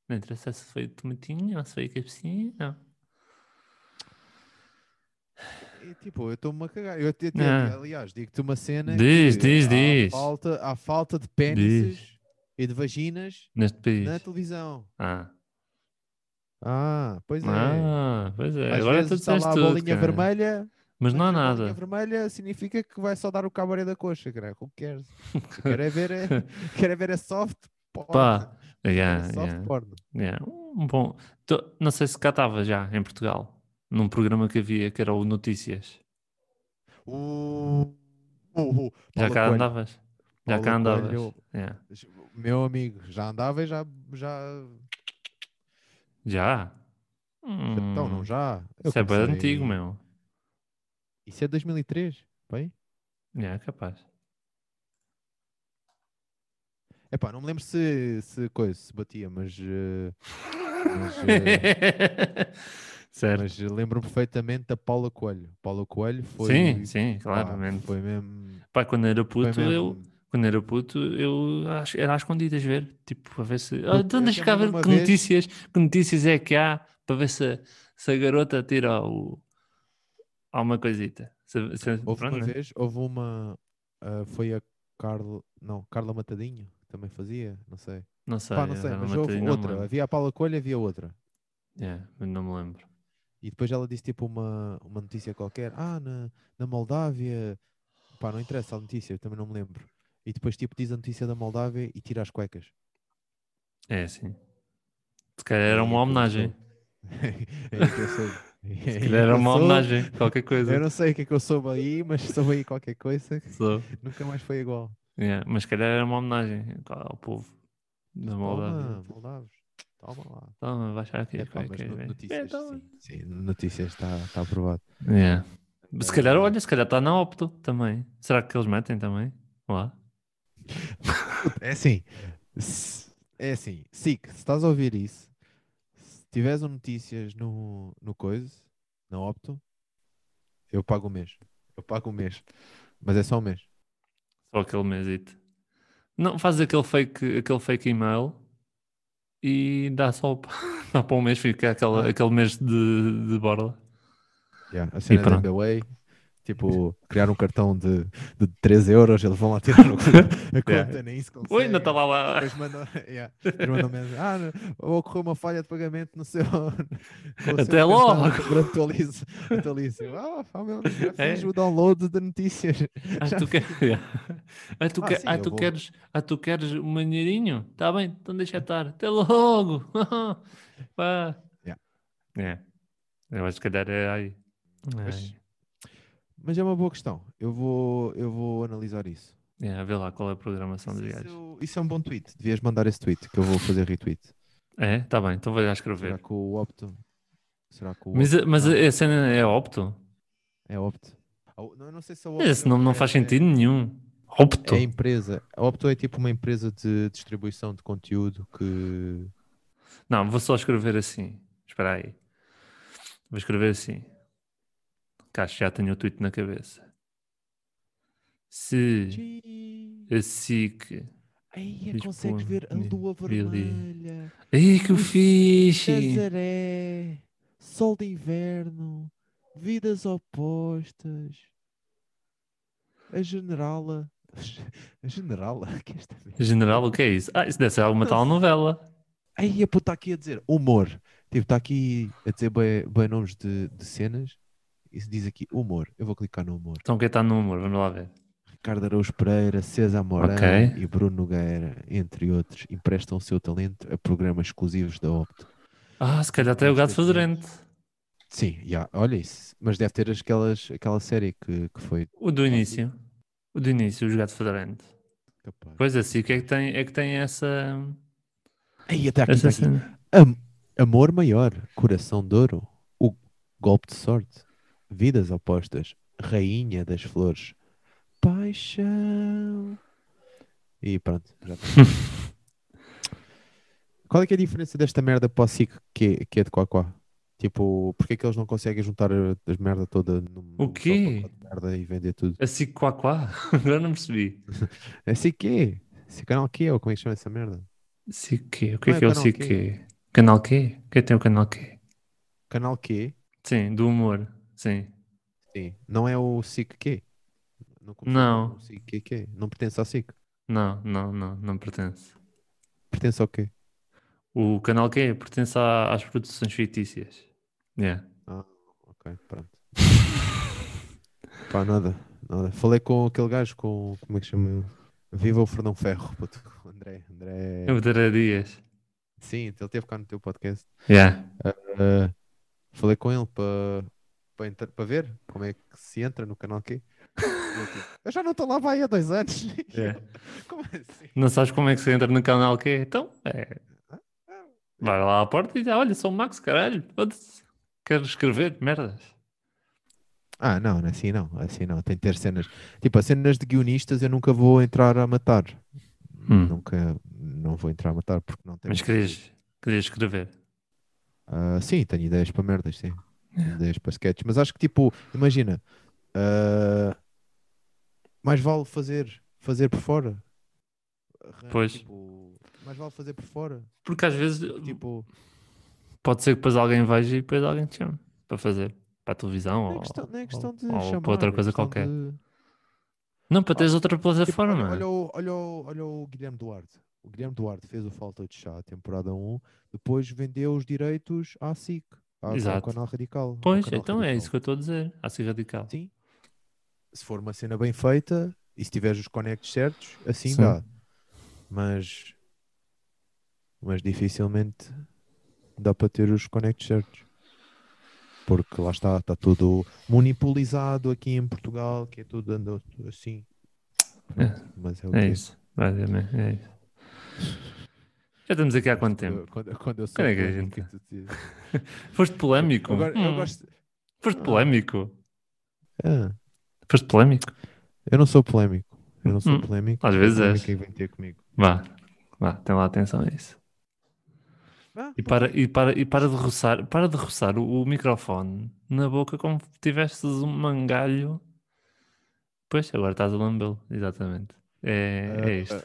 Não interessa se foi o tomatinho ou se foi a cabecinha, não. E, tipo, eu estou-me a cagar. Eu até, até- Não. aliás, digo-te uma cena. É. Diz, que diz, há diz. Falta, há falta de pênis e de vaginas Neste país. na televisão. Ah. Ah, pois é. Ah, pois é. Às Agora tu vezes está disseste lá a tudo, bolinha cara. vermelha. Mas não há mas a bolinha nada. vermelha significa que vai só dar o cabaré da coxa, cara. Como queres? Eu quero é ver, é, quero é ver é soft porn. Pá, Quero é Yeah, soft yeah, porn. yeah. Um bom. Tô- Não sei se cá estava já, em Portugal, num programa que havia que era o Notícias. Uh, uh, uh. Já Paulo cá Coelho. andavas? Já Paulo cá andavas? É. Coelho. Yeah. Meu amigo, já andava e já. já... Já? Então, Hum, não já. Eu Isso é bem comecei- antigo, meu. Isso é 2003. Bem? Yeah, É capaz. Epá, não me lembro se, se coisa, se batia, mas. eh, mas, eh, certo. mas lembro-me perfeitamente da Paula Coelho. Paula Coelho foi. sim, sim, pá, claramente. Foi mesmo. Pá, quando era Foi puto, eu, mesmo- quando era puto, eu acho- era às escondidas ver, tipo, a ver se. Ah, Eu- então eu deixa cá também ver uma que vez- notícias, que notícias é que há para ver se, se a garota tira o, alguma coisita. Se- se- Houve pronto, uma né? vez, houve uma. ah, foi a Carla. Não, Carla Matadinho, que também fazia, não sei. Não sei, Pá, não eu sei, já mas me houve atrevo, não me outra. lembro. Havia a Paula Coelho, havia outra. Yeah, mas não me lembro. E depois ela disse tipo uma, uma notícia qualquer, ah, na, na Moldávia, pá, não interessa a notícia, eu também não me lembro. E depois tipo diz a notícia da Moldávia e tira as cuecas. É assim. Se calhar era uma E aquilo homenagem. soube. É aí que eu soube. É Se aí calhar que era eu uma soube. homenagem, qualquer coisa. Eu não sei o que é que eu soube aí, mas soube aí qualquer coisa, que Sou. nunca mais foi igual. Yeah, mas se calhar era uma homenagem ao povo da Moldávia. Toma, Moldavos, toma lá. Toma, baixa aqui. É, pá, mas qualquer no- coisa. notícias, Então, sim, sim, notícias está está aprovado. Yeah. Se calhar, olha, se calhar está na Opto também. Será que eles metem também? Lá. É assim, se- é assim, Sic, se estás a ouvir isso, se tiveres um notícias no, no Coisa, na Opto, eu pago o mês. Eu pago o mês. Mas é só um mês. Só aquele mesito. Não, faz aquele fake, aquele fake email e dá só pa- dá para um mês, fica aquela, Ah. aquele mês de, de borla. A cena da pronto. MBWay, tipo, criar um cartão de, de 13 euros, eles vão lá tirar o- a conta, Yeah. nem isso conseguem. Oi, ainda está lá lá. Depois mandam, yeah, depois mandam mensagem, ah, não, ocorreu uma falha de pagamento no seu... no Até cartão, logo. agora Atualizo, atualizo. Ah, pá, meu, já É. fiz o download de notícias. Ah, tu, quer... ah, tu, Ah, quer- sim, ah, eu tu vou. queres ah, tu queres um manheirinho? Está bem, então deixa estar. Até logo. Pá. Yeah. É. Eu acho que se calhar é aí. Mas- Ai. Mas é uma boa questão. Eu vou, eu vou analisar isso. É, vê lá qual é a programação dos Isso, gajos. isso é um bom tweet. Devias mandar esse tweet que eu vou fazer retweet. É, tá bem, então vou já escrever. Será que o Opto? Será que o Mas, Opto- a- mas não, a a cena é opto? é Opto? Ou- Não, eu não sei se a Opto Esse nome não é- faz é- sentido nenhum. Opto. É a empresa. A Opto é tipo uma empresa de distribuição de conteúdo que Não, vou só escrever assim. Espera aí. Vou escrever assim. Que acho que já tenho o tweet na cabeça. Se a SIC. Aí é Dispõe consegues ver a de lua mil e- vermelha, Ai, que fixe! Nazaré, sol de inverno, vidas opostas, a generala. A generala? Que é esta merda? General, o que é isso? Ah, isso deve ser alguma tal novela. Aí a puta está aqui a dizer humor. Tipo, está aqui a dizer bem, bem nomes de, de cenas. E se diz aqui humor. Eu vou clicar no humor. Então quem está no humor? Vamos lá ver. Ricardo Araújo Pereira, César Mourão Ok. e Bruno Nogueira, entre outros, emprestam o seu talento a programas exclusivos da Opto. Ah, se calhar até o gato é fedorento. Sim, já, olha isso. Mas deve ter aquelas, aquela série que, que foi O do início. O do início, o gato fedorento. capaz. Pois é, SIC é que tem, é que tem essa. Aí até aqui, essa está aqui. cena. Am- amor maior, coração de ouro, o golpe de sorte, vidas opostas, rainha das flores, paixão. E pronto, já tá. Qual é que é a diferença desta merda para o SIC que, é- que é de Quaquá? Tipo, porque é que eles não conseguem juntar a, a merda toda num, num só quê? pacote de merda e vender tudo? A SIC quá quá? Agora não percebi. É SIC quê? SIC canal quê? Ou como é que chama essa merda? SIC quê? O que é Não é que é o canal SIC quê? quê? é Canal quê? Quem tem o canal quê? Canal quê? Sim, do humor. Sim. Sim. Não é o SIC Q. Não, confunde Não. com o SIC QQ. Não pertence ao SIC. Não, não, não, não pertence. Pertence ao quê? O canal Q pertence à- às produções fictícias. Yeah. Ok, pronto. Pá, nada, nada. Falei com aquele gajo, com. Como é que chama ele? Viva o Fernão Ferro, puto. O André, André. É o Dara Dias. Sim, ele teve cá no teu podcast. Yeah. Ah, falei com ele para para entrar- para ver como é que se entra no canal Q. Ele, tipo, Eu já não estou lá vai há dois anos. E eu, Yeah. Como assim? Não sabes como é que se entra no canal Q? Então, é. Vai lá à porta e diz: "Ah, Olha, sou o Max, caralho. foda-se. Quero escrever, merdas. Ah, não, não é assim não, é assim não. Tem que ter cenas. Tipo, as cenas de guionistas eu nunca vou entrar a matar. Hum. Nunca, não vou entrar a matar porque não tenho. Mas querias, querias escrever. Ah, sim, tenho ideias para merdas, sim. Tenho ideias para sketches. Mas acho que, tipo, imagina, ah, mais vale fazer, fazer por fora. Arran- Pois. Hum. tipo, mais vale fazer por fora. Porque às vezes Tipo, pode ser que depois alguém veja e depois alguém te chame para fazer. Para a televisão não é ou, questão, não é ou- questão de ou para chamar, outra é coisa questão qualquer. de- Não, para teres outra Tipo, olha, plataforma. é? olha, o, olha, o, olha o Guilherme Duarte. O Guilherme Duarte fez o Falta de Chá, temporada 1, depois vendeu os direitos à SIC, à- ao Exato. canal Radical. ao pois, canal então é Radical. isso que eu estou a dizer. Assim radical. Sim. Se for uma cena bem feita e se tiveres os conectos certos, assim Sim. dá. Mas, mas dificilmente dá para ter os conectos certos. Porque lá está, está tudo monopolizado aqui em Portugal, que é tudo andando assim. É. Mas é o É quê? isso. Basicamente, é isso. Já estamos aqui há quanto tempo? Eu- Quando, quando eu sou Quando é que a polémico, gente- tu dizes. Foste polémico. Agora, eu Hum, gosto. Foste polémico. Ah, Foste polémico. eu não sou polémico. Eu não sou Hum. polémico. Às vezes Polémica és. é que vem ter comigo. Vá, vá, tem lá atenção a isso. Ah, E para, e para, e para de roçar, para de roçar o, o microfone na boca como tivesses um mangalho. Pois, agora estás a lambê-lo, exatamente. É, Ah, é isto.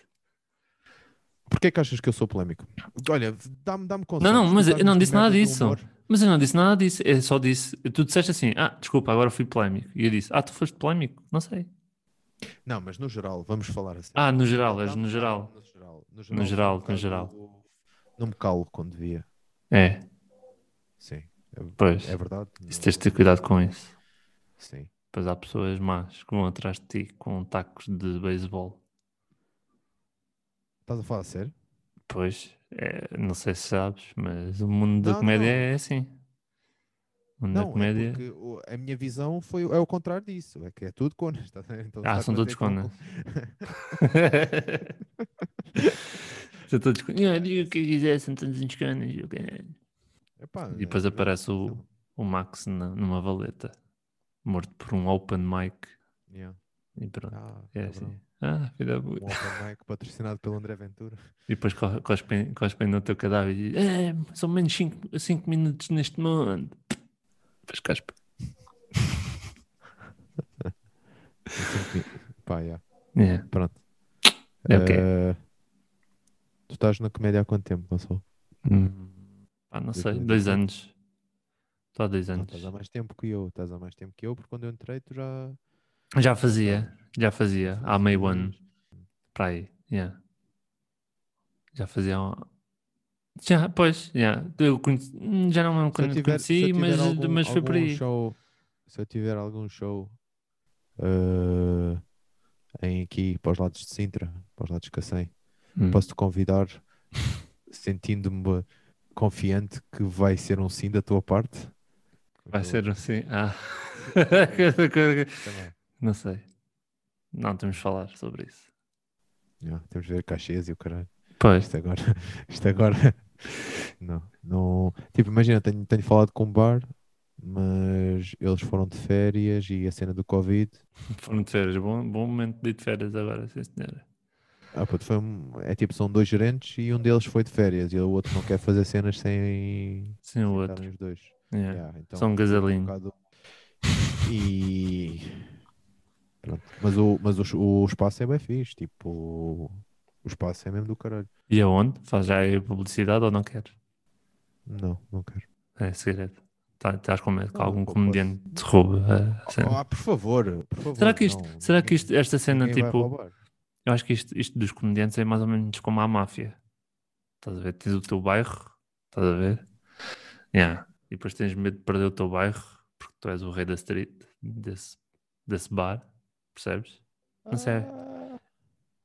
Porquê é que achas que eu sou polémico? Olha, dá-me dá conselhos. Não, não, tu mas eu dás-me não as disse nada merdas do disso. humor. Mas eu não disse nada disso, eu só disse. Tu disseste assim, ah, desculpa, agora fui polémico. E eu disse, ah, tu foste polémico? Não sei. Não, mas no geral, vamos falar assim. Ah, no geral, és Dá-me- no geral. No geral, no No geral, sou um no geral. bocado- Não me calo quando devia. É, Sim, pois. é verdade. Isso tens de ter cuidado com isso. Sim. Pois há pessoas más que vão atrás de ti com tacos de beisebol. Estás a falar a sério? Pois, é, não sei se sabes, mas o mundo da Não, comédia não. é assim. O mundo da Não, é comédia. porque o- a minha visão foi, é o contrário disso. É que é tudo conas. estás a ver? Então, Ah, estás são a todos dizer que não- conas. Já estou a discutir. Eu digo o que eu quiser, são todos uns canos. eu caralho." Epá, E depois é- aparece o, o Max na- numa valeta, morto por um open mic. Yeah. E pronto, Ah, é cabrão. assim. Ah, filha da Um puta. open mic patrocinado pelo André Ventura. E depois co- cospem, cospem no teu cadáver e dizem: é, são menos 5 minutos neste mundo. Depois cospem. Pá, yeah. É, Pronto. é o que é. Eh, tu estás na comédia há quanto tempo, Gonçalo? Hum. Ah, não Dois sei, mil e dois dezoito. anos. Estou há dois Não, anos. estás há mais tempo que eu, estás há mais tempo que eu, porque quando eu entrei tu já. Já fazia, já fazia, há meio fazias. ano para aí. yeah. Já fazia. um- Já, pois, yeah. eu conheci- hum, já não me lembro Se eu quando tiver- se eu conheci, tiver mas, algum- mas foi por algum aí. show- se eu tiver algum show eh, em aqui para os lados de Sintra, para os lados de Cacém, Hum. posso te convidar sentindo-me confiante que vai ser um sim da tua parte? Vai ser assim. Ah. Também. não sei. Não temos de falar sobre isso. Yeah, temos de ver cachês e o caralho. Pois, Isto agora, isto agora. Não, não. Tipo, imagina, tenho, tenho falado com um bar, mas eles foram de férias e a cena do Covid. foram de férias. Bom, bom momento de ir de férias agora, sim senhora. Ah, puto, foi um- é tipo, são dois gerentes e um deles foi de férias e o outro não quer fazer cenas sem Sim, o sem outro. estarem os dois. Yeah. Yeah, então, São um um gasalinho. bocado- E. Pronto. Mas, o, mas o, o espaço é bem fixe, tipo. O espaço é mesmo do caralho. E aonde? Faz já aí publicidade ou não quer? Não, não quero. É segredo. Tá- Estás com medo que Não, algum pô, comediante te roube a cena. Ah, por favor, por favor. será que isto, não. será que isto, esta cena, Ninguém vai tipo, roubar. eu acho que isto, isto dos comediantes é mais ou menos como a máfia. Estás a ver? Tens o teu bairro, estás a ver? Yeah. E depois tens medo de perder o teu bairro porque tu és o rei da street, desse, desse bar, percebes? não sei. Ah,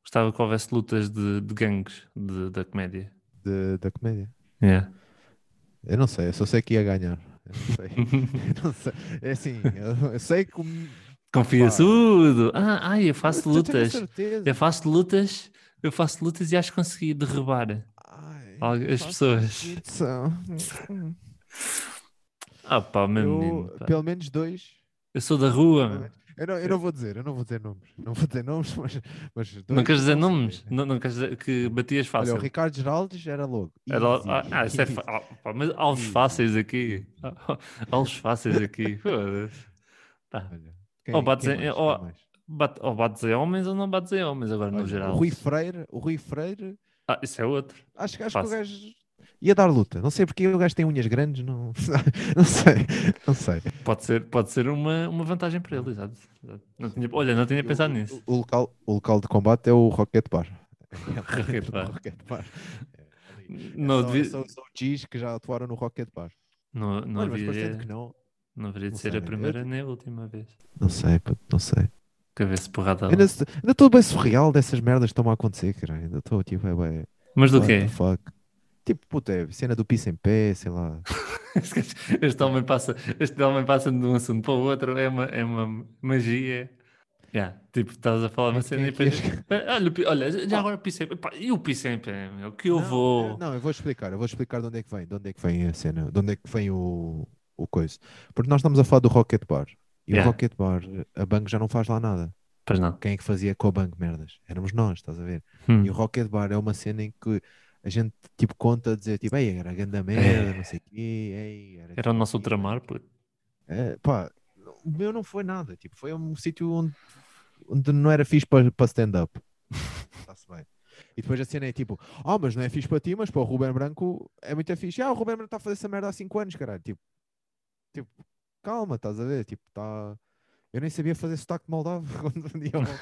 Gostava que houvesse lutas de, de gangues de- da comédia. de- da comédia. Yeah. Eu não sei, eu só sei que ia ganhar. Eu não sei. Eu não sei. É assim, eu, eu sei que. Confia Pá. tudo! Ah, ai, eu faço Eu tenho lutas. certeza. Eu faço lutas, eu faço lutas e acho que consegui derrubar. Ai, Algu- as faço pessoas. pizza. Ah pá, meu menino. Eu, pá. pelo menos dois. Eu sou da rua. meu. Eu não, eu não vou dizer, eu não vou dizer nomes. Não vou dizer nomes, mas. mas Não dois queres dizer eu posso nomes? Não, não queres dizer que batias Olha, fácil. o Ricardo Geraldes era logo. Era lá- Easy. ah, ah, isso é fa- ah, pá, mas há uns Easy. fáceis aqui. Há- Há uns fáceis aqui. Foda-se. Tá. Olha, quem- Ou bates quem em- mais? Quem ou- mais? Bate- ou bates em homens ou não bates em homens, agora Olha, oh, no geral. O Rui Freire, o Rui Freire, Ah, isso é outro. acho, acho que o Fácil. gajo ia dar luta. Não sei porque o gajo tem unhas grandes, não, não sei, não sei. Pode ser, pode ser uma, uma vantagem para ele, exato. exato. Não tinha- olha, não tinha O- pensado o- nisso. O, local, o local de combate é o Rocket Bar. É o Rocket Bar. Rocket Bar. É, Não, são, devia- são, são G's que já atuaram no Rocket Bar. não, não Olha, mas haveria, parecendo que não. não haveria de não ser sei, né? a eu primeira te- nem a última vez. Não sei, puto, não sei. Cabeça porrada. Ainda lá. se- ainda estou bem surreal dessas merdas que estão a acontecer, cara. Ainda estou tipo, é bem. Mas do What quê? the fuck? Tipo, puta, é cena do piso em pé, sei lá. Este homem passa, este homem passa de um assunto para o outro, é uma, é uma magia. Yeah, tipo, estás a falar uma cena e Quem é que depois. ias- Olha, o pi- olha, já Ah. agora pisei. Pá, e o pisei em pé, meu, que eu Não, vou. eu- Não, eu vou explicar, eu vou explicar de onde é que vem, de onde é que vem a cena, de onde é que vem o, o coisa. Porque nós estamos a falar do Rocket Bar. E Yeah. o Rocket Bar, a Bang já não faz lá nada. Pois não. Quem é que fazia com a Bang merdas? Éramos nós, estás a ver? Hum. E o Rocket Bar é uma cena em que a gente tipo conta a dizer tipo, ei, era ganda merda, não sei o quê, ei, era. É. Era o nosso ultramar, puto. É, pá, o meu não foi nada, tipo, foi um sítio onde, onde não era fixe para stand-up. Está-se bem. E depois a cena é tipo, ah, mas não é fixe para ti, mas para o Ruben Branco é muito é fixe. Ah, o Ruben Branco está a fazer essa merda há 5 anos, caralho. Tipo, tipo, calma, estás a ver? Tipo, está. Eu nem sabia fazer sotaque de Moldavo quando um dia. eu-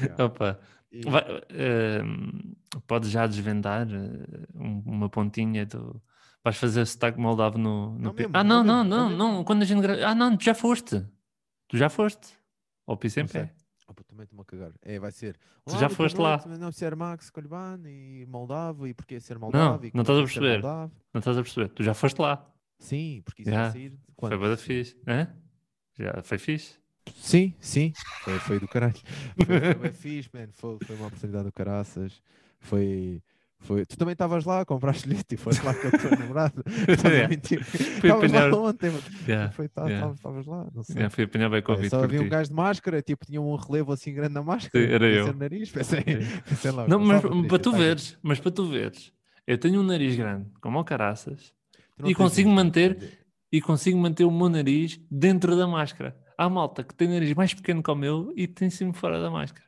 Yeah. Opa, E- vai, eh, podes já desvendar eh, um- uma pontinha do. Vais fazer sotaque moldavo no. no Não pi- mesmo, ah, não, não, não mesmo, não não, mesmo. não. Quando a gente gra... Ah, não, tu já foste. Tu já foste. Ou pisei em Não sei. pé. Ah, pô, também estou-me a cagar. É, vai ser. Tu "Olá, já boa foste lá." noite, Meu nome é Sr. Max Colban e Moldavo e porquê ser Moldavo? não e como é estás a que é ser perceber. Moldavo?" Não estás a perceber? Tu já foste lá. Sim, porque isso Já. vai sair quando? Foi bada fixe. Hã? Já foi fixe? Sim, sim. Foi, foi do caralho. Foi, foi bem fixe, man. Foi, foi uma oportunidade do caraças. Foi. Foi. Tu também estavas lá, compraste lhe e foste lá com a tua namorada. Estás a Yeah. mentir. Fui Estavas apanhar, lá ontem, mano. yeah, Foi, tá- yeah. tava- Estavas lá, não sei. yeah, fui apanhar bem Pá, convite só por havia um ti. gajo de máscara, tipo, tinha um relevo assim grande na máscara. era pensei eu. no nariz, pensei, Sim. pensei lá. Não, mas Gonçalo Patrício, para tu tá aqui. veres, mas para tu veres, eu tenho um nariz grande, como o caraças, Tu não e tens consigo nariz, manter- mano. e consigo manter o meu nariz dentro da máscara. Há malta que tem nariz mais pequeno que o meu e tem sempre fora da máscara.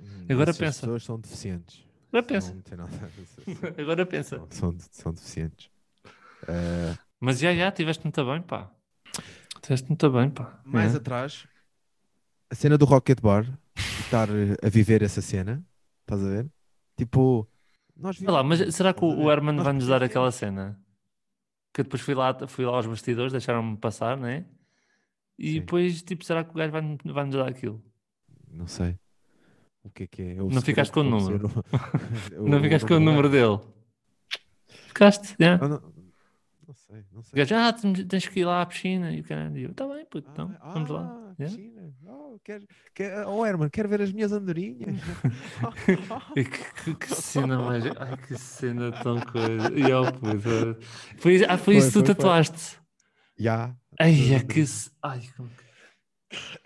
Hum, Agora essas pensa. pessoas são deficientes. Agora pensa, Não tem nada a dizer. agora pensa. São- São, são deficientes. Eh, Mas já, já, tiveste muito bem, pá. Tiveste muito bem, pá. mais É. atrás, a cena do Rocket Bar, e estar eh, a viver essa cena, estás a ver? Tipo, nós Olha lá, mas será que o, Estás a o ver? Herman Nós vai nos dar pertencemos. aquela cena? Que eu depois fui lá, fui lá aos bastidores, deixaram-me passar, né? E Sim. depois, tipo, será que o gajo vai, vai nos dar aquilo? Não sei. O que é que é? Eu Não seguro ficaste que com o vou dizer o- Não ficaste com o número dele? Ficaste, já. Ah, não, não sei, não O sei. gajo, ah, temos- tens que ir lá à piscina. E o caralho, E eu, tá bem, puto, então, Ah, vamos lá. ah, Yeah. piscina. Oh, quer, quer, oh, Herman, quero ver as minhas andorinhas. E que, que- que cena mais... Ai, que cena tão coisa. E ó, puto. Foi, ah, foi isso que Foi, tu foi, foi. tatuaste. Já. Ai, é que... se- Ai, como que-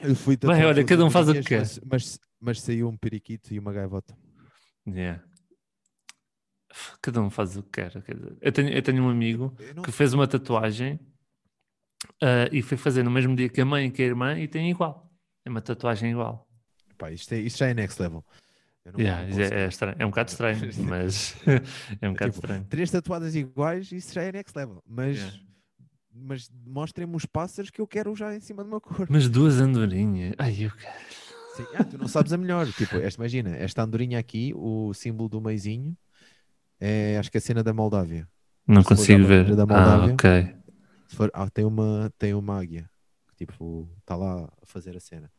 Eu fui Bem, tatuar olha, todas cada um as faz o que andorinhas, quer. Mas, mas, mas saiu um periquito e uma gaivota. Yeah. Cada um faz o que quer. quer dizer. Eu tenho, eu tenho um amigo Eu não que fez uma tatuagem ah, e foi fazer no mesmo dia que a mãe e que a irmã e tem igual. É uma tatuagem igual. Pá, isto, é, isto já é next level. Eu Yeah, não isso posso. é, é estranho. É um bocado estranho, mas é um bocado Tipo, estranho. Três tatuadas iguais, isso já é next level. Mas, Yeah. mas mostrem-me os pássaros que eu quero já em cima de uma cor. Mas duas andorinhas. Ai, eu quero. Sim, ah, tu não sabes a melhor. Tipo, esta, imagina, esta andorinha aqui, o símbolo do meizinho, é, acho que é a cena da Moldávia. Não Se for consigo da ver. bandeira da Ah, Moldávia. ok. Se for- ah, tem, uma, tem uma águia que tipo, está lá a fazer a cena.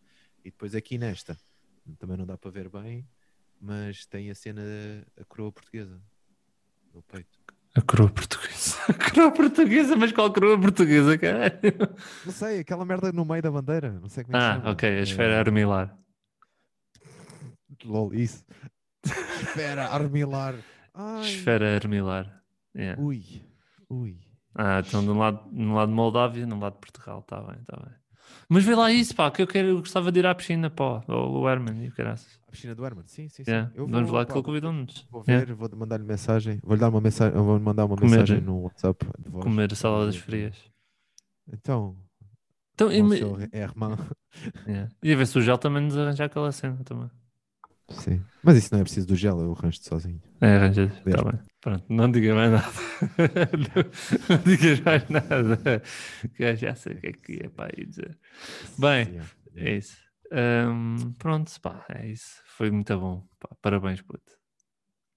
E depois aqui nesta, também não dá para ver bem, mas tem a cena, a coroa portuguesa no peito. A coroa portuguesa. A coroa portuguesa, mas qual coroa portuguesa, caralho? Não sei, aquela merda no meio da bandeira, não sei como é que se Ah, chama. ok. A É, esfera armilar. Lol, isso. Espera, armilar. Ai, Esfera é armilar. Yeah. ui, ui. Ah, então de um lado, de um lado Moldávia, de um lado Portugal, está bem, está bem. Mas vê lá isso, pá, que eu, quero, eu gostava de ir à piscina, pá, ou o Herman e o caraças. A piscina do Herman, sim, sim, sim. Yeah. Eu Vamos vou, lá pá, que ele vou- convidou-nos. Vou Yeah. ver, vou mandar-lhe mensagem. Vou-lhe dar uma mensagem, vou mandar uma Comer. mensagem no WhatsApp. de voz. Comer saladas Dizer, frias. Então, Então, e, o me- seu Herman. yeah. e a ver se o gel também nos arranjar aquela cena também. Sim. Mas isso não é preciso do gel, eu arranjo sozinho. É, arranjas, Yes. está bem. Pronto, não diga mais nada. não, não digas mais nada. Que eu já sei o que é que é para aí dizer. Bem, Sim, é. É isso. Ahm, pronto, pá, é isso. Foi muito bom. pá, parabéns, puto.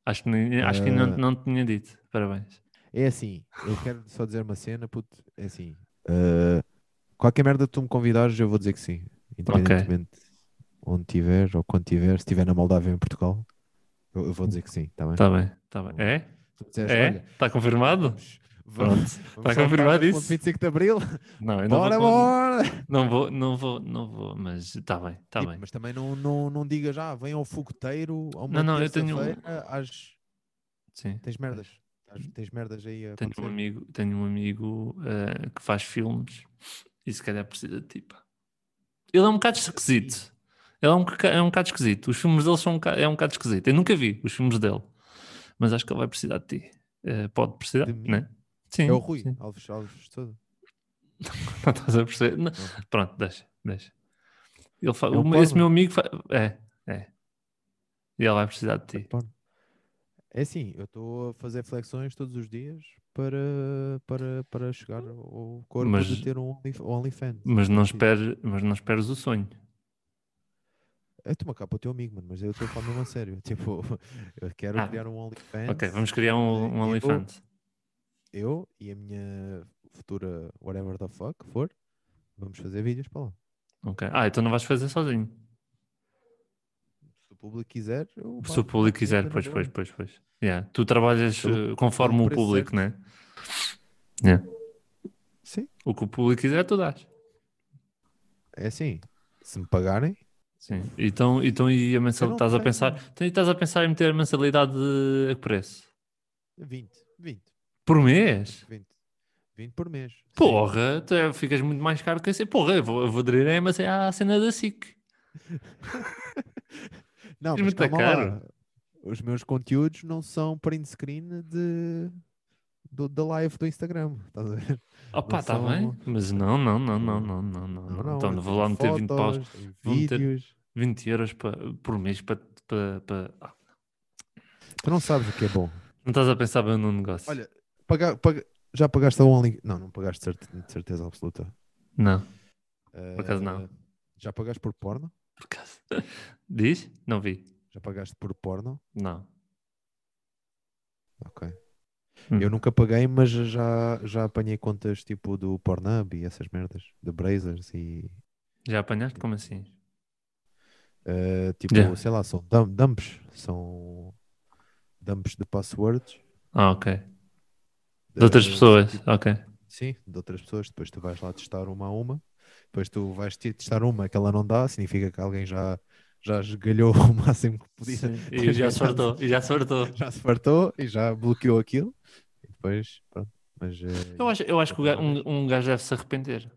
Acho que, nem- acho que ainda não, Ah. não te tinha dito. Parabéns. É assim, eu quero só dizer uma cena, puto, é assim. eh, qualquer merda que tu me convidares, eu vou dizer que sim. Independentemente onde tiver ou quando tiver, se estiver na Moldávia ou em Portugal, eu, eu vou dizer que sim, tá bem? Está bem, está bem. É? Tu disseres, É? olha, Está confirmado? vamos- Pronto. vamos- Está vamos ao confirmado Carnaval, isso? 25 de Abril, Não, eu não bora, vou, bora! não vou, não vou, não vou, mas está bem, está Tipo, Tá bem. Mas também não, não, não diga já, vem ao fogoteiro, a uma não, eu tenho- um terça-feira, às... Sim. Tens merdas, Tás- tens merdas aí a Tenho um acontecer. amigo, tenho um amigo eh, que faz filmes e se calhar precisa de ti, pá. Ele é um bocado esquisito. Ele é um, boca- é um bocado esquisito. Os filmes dele são um bocado, é um bocado esquisito. Eu nunca vi os filmes dele, mas acho que ele vai precisar de ti. Eh, pode precisar, De mim? né? Sim. É o Rui, sim. Alves, Alves todo. Não estás a perceber? Não. Não. Pronto, deixa, deixa. Ele fa- É um o- esse porno. meu amigo fa- é, é. E ele vai precisar de ti. Porno. É assim, eu estou a fazer flexões todos os dias para, para, para chegar ao corpo Uhum. Mas- de ter um Only- OnlyFans. Tipo assim, Mas não, Sim. espere, mas não esperes o sonho. Eu tomo cá para o teu amigo, mano, mas eu estou a falar mesmo a sério. Tipo, eu quero Ah. criar um OnlyFans. Ok, vamos criar um, um Eu- OnlyFans. Eu e a minha futura whatever the fuck for, vamos fazer vídeos para lá. Ok. Ah, então não vais fazer sozinho. Se o público quiser, eu Se o pago, público pago quiser, na pois, boa. pois, pois, pois. Yeah. Tu trabalhas Pelo- eh, conforme pelo o preço público, né? Sim, O que o público quiser, tu dás. é assim. Se me pagarem, Sim. Então, então e a mensalidade? não Estás a sei, pensar? mano. Então, e estás a pensar em meter a mensalidade eh, a que preço? 20, 20, Por mês? 20, 20 por mês. Sim. Porra, tu é- ficas muito mais caro que esse. Porra, eu vou, eu vou aderir a- mas é à cena da SIC. Não, Mas mas muito é calma caro. lá. Os meus conteúdos não são print screen de, do- da live do Instagram. Estás a ver? Opa, Não está são- bem. Mas não, não, não, não, não, não, não. não. então, eu vou tenho lá meter 20 paus, fotos, tenho vou meter- vídeos. 20 euros pa- por mês para. para, para... Ah, Tu não sabes o que é bom. não estás a pensar bem no negócio? Olha, Paga- paga- já pagaste a Only. Não, não pagaste de certe- de certeza absoluta. Não. acaso Eh, não. Já pagaste por porno? Por acaso. Diz? Não vi. Já pagaste por porno? Não. Ok. Hum. Eu nunca paguei, mas já, já apanhei contas tipo do Pornhub e essas merdas, de Brazers e Já apanhaste? Como assim? eh, tipo, Yeah. sei lá, são dum- dumps, são dumps de passwords Ah, ok. De outras eh, pessoas. tipo, Ok. sim, de outras pessoas. Depois tu vais lá testar uma a uma, depois tu vais te- testar uma que ela não dá, significa que alguém já, já esgalhou o máximo que podia. Sim. E já sortou. E já sortou. já se fartou e já bloqueou aquilo. E depois, pronto. Mas eh, Eu acho, eu acho que o ga- um, um gajo deve se arrepender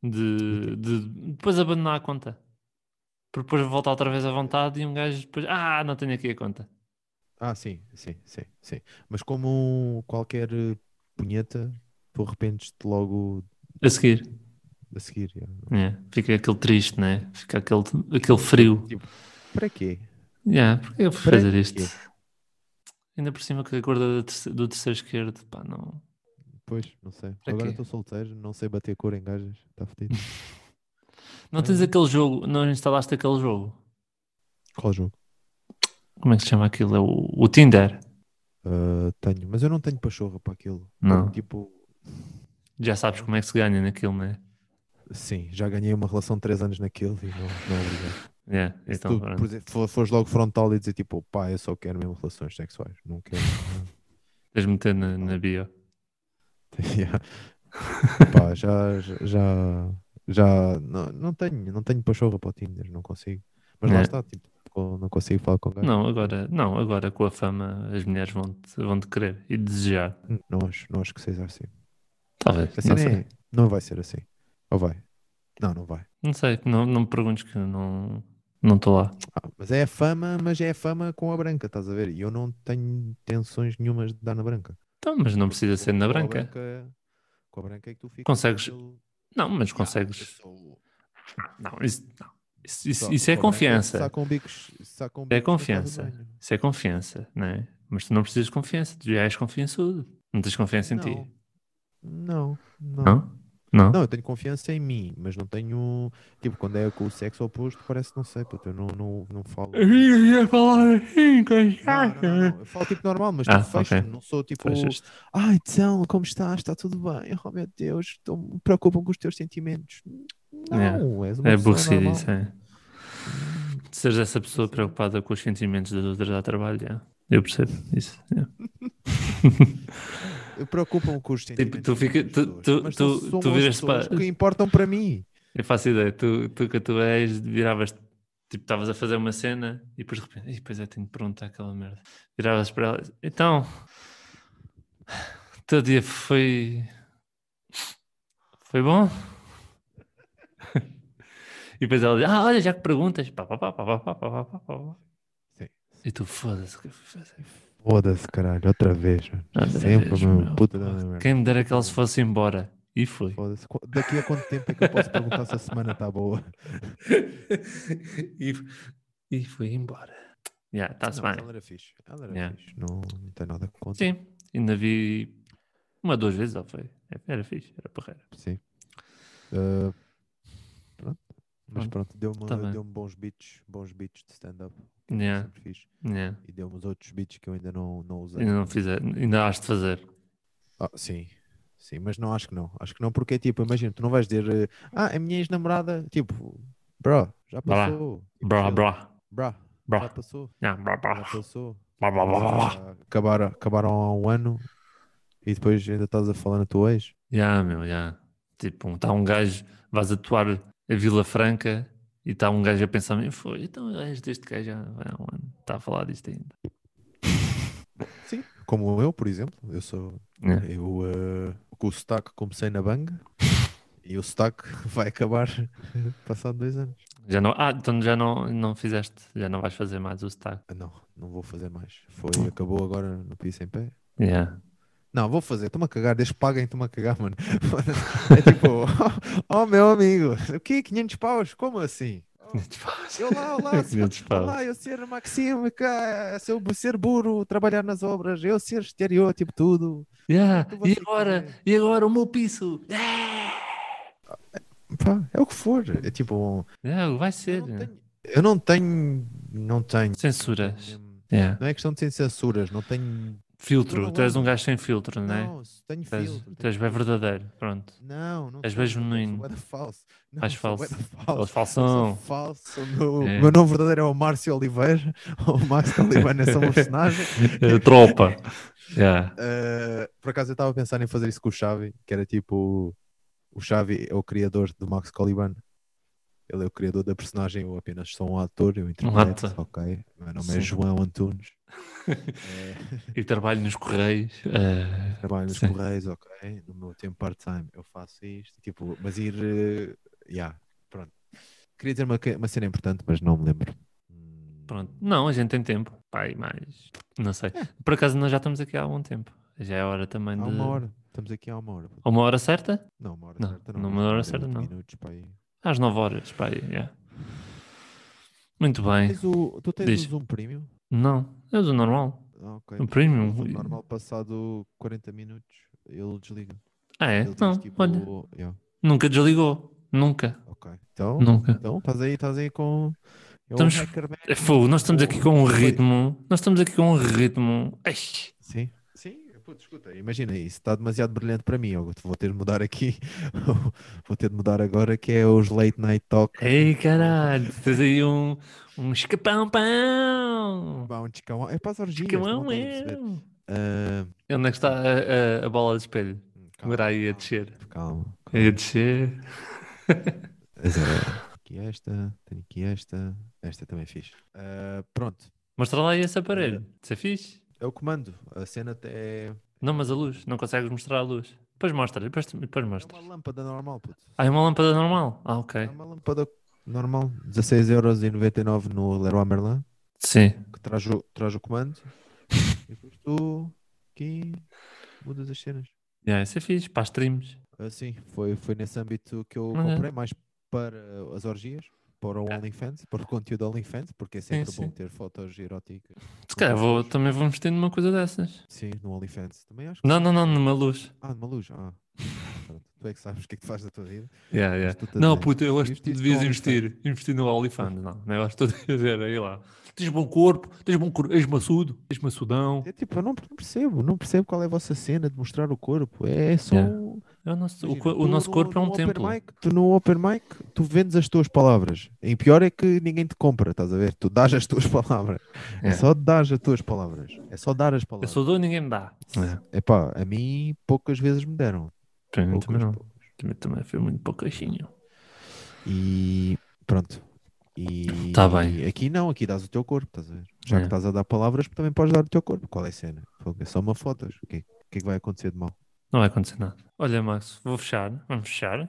de, de depois abandonar a conta. Porque depois volta outra vez à vontade e um gajo depois. Ah, não tenho aqui a conta. Ah, sim, sim, sim, sim. Mas como qualquer eh, punheta, tu arrependes-te logo A seguir. a seguir. já. É, Fica aquele triste, né? Fica aquele, aquele frio. Para quê? Yeah, porque eu fui Para fazer quê? isto? Ainda por cima que a gorda do terce- do terceiro esquerdo, pá, não. Pois, não sei. Para Agora quê? estou solteiro, não sei bater cor em gajas. Está fedido. Não Uhum. tens aquele jogo, não instalaste aquele jogo. Qual jogo? Como é que se chama aquilo? É o, o Tinder. Ah, tenho, mas eu não tenho pachorra para aquilo. Não. Tipo, Já sabes como é que se ganha naquilo, não é? sim, já ganhei uma relação de 3 anos naquilo e não, não é obrigado. Yeah, então, Se tu, pronto. por exemplo, fo- fores logo frontal e dizer tipo, pá, eu só quero mesmo relações sexuais, não quero. Tens de meter na, na bio. Yeah. Pá, já, já, já não, não tenho, não tenho pachorra para o Tinder, não consigo. Mas lá É. está, tipo, co- não consigo falar com gajo. Não, agora, não, agora com a fama as mulheres vão te, vão -te querer e desejar. Não acho, não acho que seja assim. Talvez. A Não cena sei. é, não vai ser assim. Ou vai? Não, não vai. Não sei, não, não me perguntes que eu não não estou lá. Ah, mas é a fama, mas é a fama com a branca, estás a ver? E eu não tenho intenções nenhumas de dar na branca. Então, mas não precisa ser na Com a branca. Com a branca é que tu ficas. Consegues- aquele- Não, mas Ah, eu consegues. sou- Não, isso, não. Isso, isso- só- isso é com a branca um que se confiança. sacam bicos- se sacam É bicos na casa de confiança. banho. Isso é confiança, não é? Mas tu não precisas de confiança, tu já és confiançudo. Não tens confiança em ti. Não, não. Não? Não? Não? eu tenho confiança em mim, mas não tenho. Tipo, quando é com o sexo oposto, parece, não sei, puto, eu não, não, não falo. É ia falar assim, Não, não, né? não, Eu falo tipo normal, mas Ah, tipo, fecho-me, ok. não sou tipo. é Ah, então, como estás? Está tudo bem? Oh meu Deus, estou- me preocupam com os teus sentimentos. Não, és uma É pessoa aborrecido normal. isso, é. De seres essa pessoa preocupada com os sentimentos das outras ao trabalho, já. Eu percebo isso. é. Eu preocupam com os sentimentos. Tipo, tu fica- das outras tu- pessoas, tu- mas tu- são tu as viras pessoas para- que importam para mim. Eu faço ideia, tu, tu que tu és, viravas, tipo, estavas a fazer uma cena e depois de repente, "Ih, pois é, tenho de perguntar aquela merda. Viravas para ela, então, teu dia foi. foi bom? E depois ela diz, ah, olha, já que perguntas, pá, pá, pá, pá, pá, pá, pá, pá, pá, pá. Sim. E tu, foda-se, o que eu fui fazer? Foda-se, caralho, outra vez. mano. Outra Sempre, vez, meu, meu, puta pá. da merda. Quem me dera que ela se fosse embora. E foi. Foda-se. Qu- Daqui a quanto tempo é que eu posso perguntar se a semana está boa? e, e foi embora. Yeah, está-se Não, Tá bem. mas Ela era fixe. Ela era Yeah. fixe. Não, não tem nada contra. Sim, ainda vi uma, duas vezes, ou foi? É, Era fixe, era porreira. Sim. Ah, pronto. Mas Pronto. pronto, deu-me Tá bem. deu bons beats, bons beats de stand-up. que eu Yeah. sempre fiz. Yeah. E deu-me os outros beats que eu ainda não, não usei. Ainda não fiz, ainda has de fazer. Ah, sim. Sim, mas não acho que não. Acho que não, porque é tipo, imagina, tu não vais dizer eh, ah, a minha ex-namorada, tipo, bro, já Vá lá. passou. Tipo, Brá, chill. brá. Brá, Brá. já passou. Yeah, brá, brá. Já passou. Brá, brá, brá, brá, brá. Já Acabaram, acabaram há um ano e depois ainda estás a falar na tua ex. Yeah, meu, yeah. Tipo, está um gajo, vais atuar a Vila Franca e está um gajo a pensar, "Meu, foi, então és deste gajo há há um ano, está a falar disto ainda. Sim. Como eu, por exemplo, eu sou, Yeah. Eu eh, com o sotaque comecei na banga e o sotaque vai acabar passado dois anos. Já não, ah, então já não, não fizeste, já não vais fazer mais o sotaque. Ah, Não, não vou fazer mais. Foi, Hum. acabou agora no piso em pé. Yeah. Não, vou fazer, estou-me a cagar, desde que paguem, estou-me a cagar, mano. É tipo, oh, meu amigo, o quê? 500 paus? Como assim? Eu lá, eu lá, se- lá, eu ser Maxime, cá, se eu ser burro, trabalhar nas obras, eu ser estereótipo, tudo. Yeah, Tu E vais ter que agora? fazer. E agora o meu piso? É. Yeah! Pá, é o que for. É tipo, Não, vai ser. eu não tenho, eu não tenho, não tenho Censuras. mesmo- Yeah. Não é questão de ser censuras, não tenho. Filtro. Não, tu és não. um gajo sem filtro, não é? Não, se tenho Tu és- filtro. Tu és tenho bem filtro. verdadeiro. Pronto. Não, não. És sou, bem sou genuíno. bué da falso. Não, És sou bué falso. da Eles falso. Eu sou falsão. falso. O meu, É. o meu nome verdadeiro é o Márcio Oliveira. O Márcio Oliveira é só um personagem. É, Tropa. É. Yeah. Eh, por acaso eu estava a pensar em fazer isso com o Xavi, que era tipo. O Xavi é o criador do Max Coliban. Ele é o criador da personagem, eu apenas sou um ator, eu interpreto. ator. ok. Meu nome Sim. é João Antunes. Eh, E trabalho nos Correios. eh, Trabalho nos Sim. Correios, ok. No meu tempo part-time eu faço isto. Tipo, mas ir. eh, yeah, pronto. Queria dizer uma, que- uma cena importante, mas não me lembro. Hum, Pronto. Não, a gente tem tempo. Pai, mas. Não sei. Por acaso nós já estamos aqui há algum tempo. Já é hora também de. É. Há uma hora. Estamos aqui há uma hora. Há uma hora certa? Não, uma hora Não, certa numa mas hora uma e certa oito não. minutos para aí. Às 9 horas, pá. aí, Yeah. é. Muito bem. Tens o- tu tens Diz. o Zoom Premium? Não, é do normal. Ah, ok. O Porque Premium. o Zoom normal passado 40 minutos ele desliga. Ah, é? Ele diz Não, tipo, olha. yeah, Nunca desligou. Nunca. ok. Então, Nunca. então estás aí, estás aí com. É um Estamos- hacker Tipo, man. É fogo, nós estamos aqui com um Oh, Foi. ritmo. Nós estamos aqui com um ritmo. Ei, Sim. Sim, puto, escuta, imagina, isso está demasiado brilhante para mim. Eu vou ter de mudar aqui, vou ter de mudar agora que é os late night talk. ei caralho. Tens aí um, um escapão-pão. Bom, chicão, é para as orgias, tu Escapão não estás a é. perceber. Ah, Onde é que está a, a- a bola de espelho? calma, Agora aí é a calma, descer. Calma. Aí a descer. É. Mas era aqui esta, tenho aqui esta, esta também é fixe. Ah, pronto, Mostra lá esse aparelho. Isso é fixe. é o comando. A cena te- é, Não, mas a luz. Não consegues mostrar a luz. Depois mostra. Depois, depois é mostra. uma lâmpada normal, puto. Ah, é uma lâmpada normal. Ah, É ok. uma lâmpada normal, 16,99€ no Leroy Merlin, Sim. que traz o, traz o comando. e depois tu aqui mudas as cenas. Yeah, isso é fixe. Para as streams. Ah, sim, foi, foi nesse âmbito que eu Ok. comprei, mais para as orgias. Para o OnlyFans, para o conteúdo OnlyFans, porque é sempre Ah. sim. bom ter fotos eróticas. Se calhar vou, também vou mexer numa coisa dessas. Sim, no OnlyFans. Também acho que Não, não, não. Numa luz. Ah, de uma luz. Ah. Pronto. Tu é que sabes o que é que tu fazes da tua vida. Yeah, yeah. Mas tu também. É. Não, puta, eu acho que tu Investiste devias no investir. Investir no OnlyFans, é não. Não, eu acho que tu devias ver aí lá. Tens bom corpo, tens bom corpo, és maçudo, és maçudão. É tipo, eu não, não percebo, não percebo qual é a vossa cena de mostrar o corpo. É só. Yeah. É o nosso, o, Imagina, co- o tu nosso no- corpo é um no open templo. mic- tu no open mic, tu vendes as tuas palavras. E pior é que ninguém te compra, estás a ver? Tu dás as tuas palavras. É É. só dar as tuas palavras. É só dar as Eu palavras. sou doido, ninguém me dá. Epá, a mim poucas vezes me deram. Para É, mim também Poucas, não. poucas. Também, também foi muito pouquinho. E pronto. E Tá bem. aqui não, aqui dás o teu corpo, estás a ver? Já É. que estás a dar palavras, também podes dar o teu corpo. Qual é a cena? Fogo, É só uma foto. O que, é- o que é que vai acontecer de mal? Não vai acontecer nada. Olha, Max, vou fechar. Vamos fechar.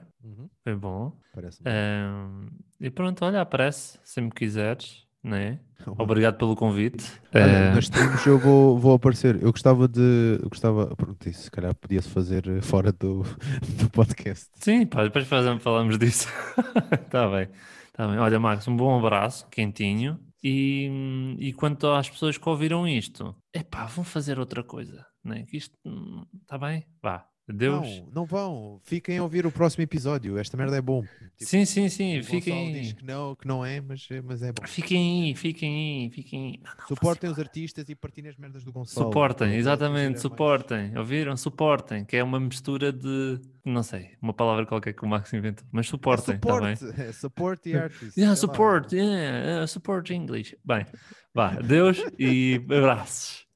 Foi bom. Parece-me. Ahm, e pronto, olha, aparece se me quiseres, né? bem. Obrigado pelo convite. Olha, Ahm, nas streams eu vou, vou aparecer. Eu gostava de. Eu gostava. Pronto, isso se calhar podia-se fazer eh, fora do, do podcast. Sim, pá, depois fazemos, falamos disso. Está bem, tá bem. Olha, Max, um bom abraço, quentinho. E, e quanto às pessoas que ouviram isto, epá, vão fazer outra coisa, né? Que isto está bem? Vá, adeus. Não, tipo, não vão. Fiquem a ouvir o próximo episódio. Esta merda é bom. Tipo, sim, sim, o sim, Gonçalo diz fiquem, que não, que não é, mas, mas é bom. fiquem aí, fiquem aí, fiquem aí. Não, não, Suportem os artistas e partilhem as merdas do Gonçalo. Suportem, Ele vai fazer exatamente, a suportem. Ouviram? Suportem, que é uma mistura de, não sei, uma palavra qualquer que o Max inventou, mas mais- suportem, É está bem? support, é support e Yeah, artist. sei lá. support, yeah, uh, support English. Bem, vá, adeus e abraços.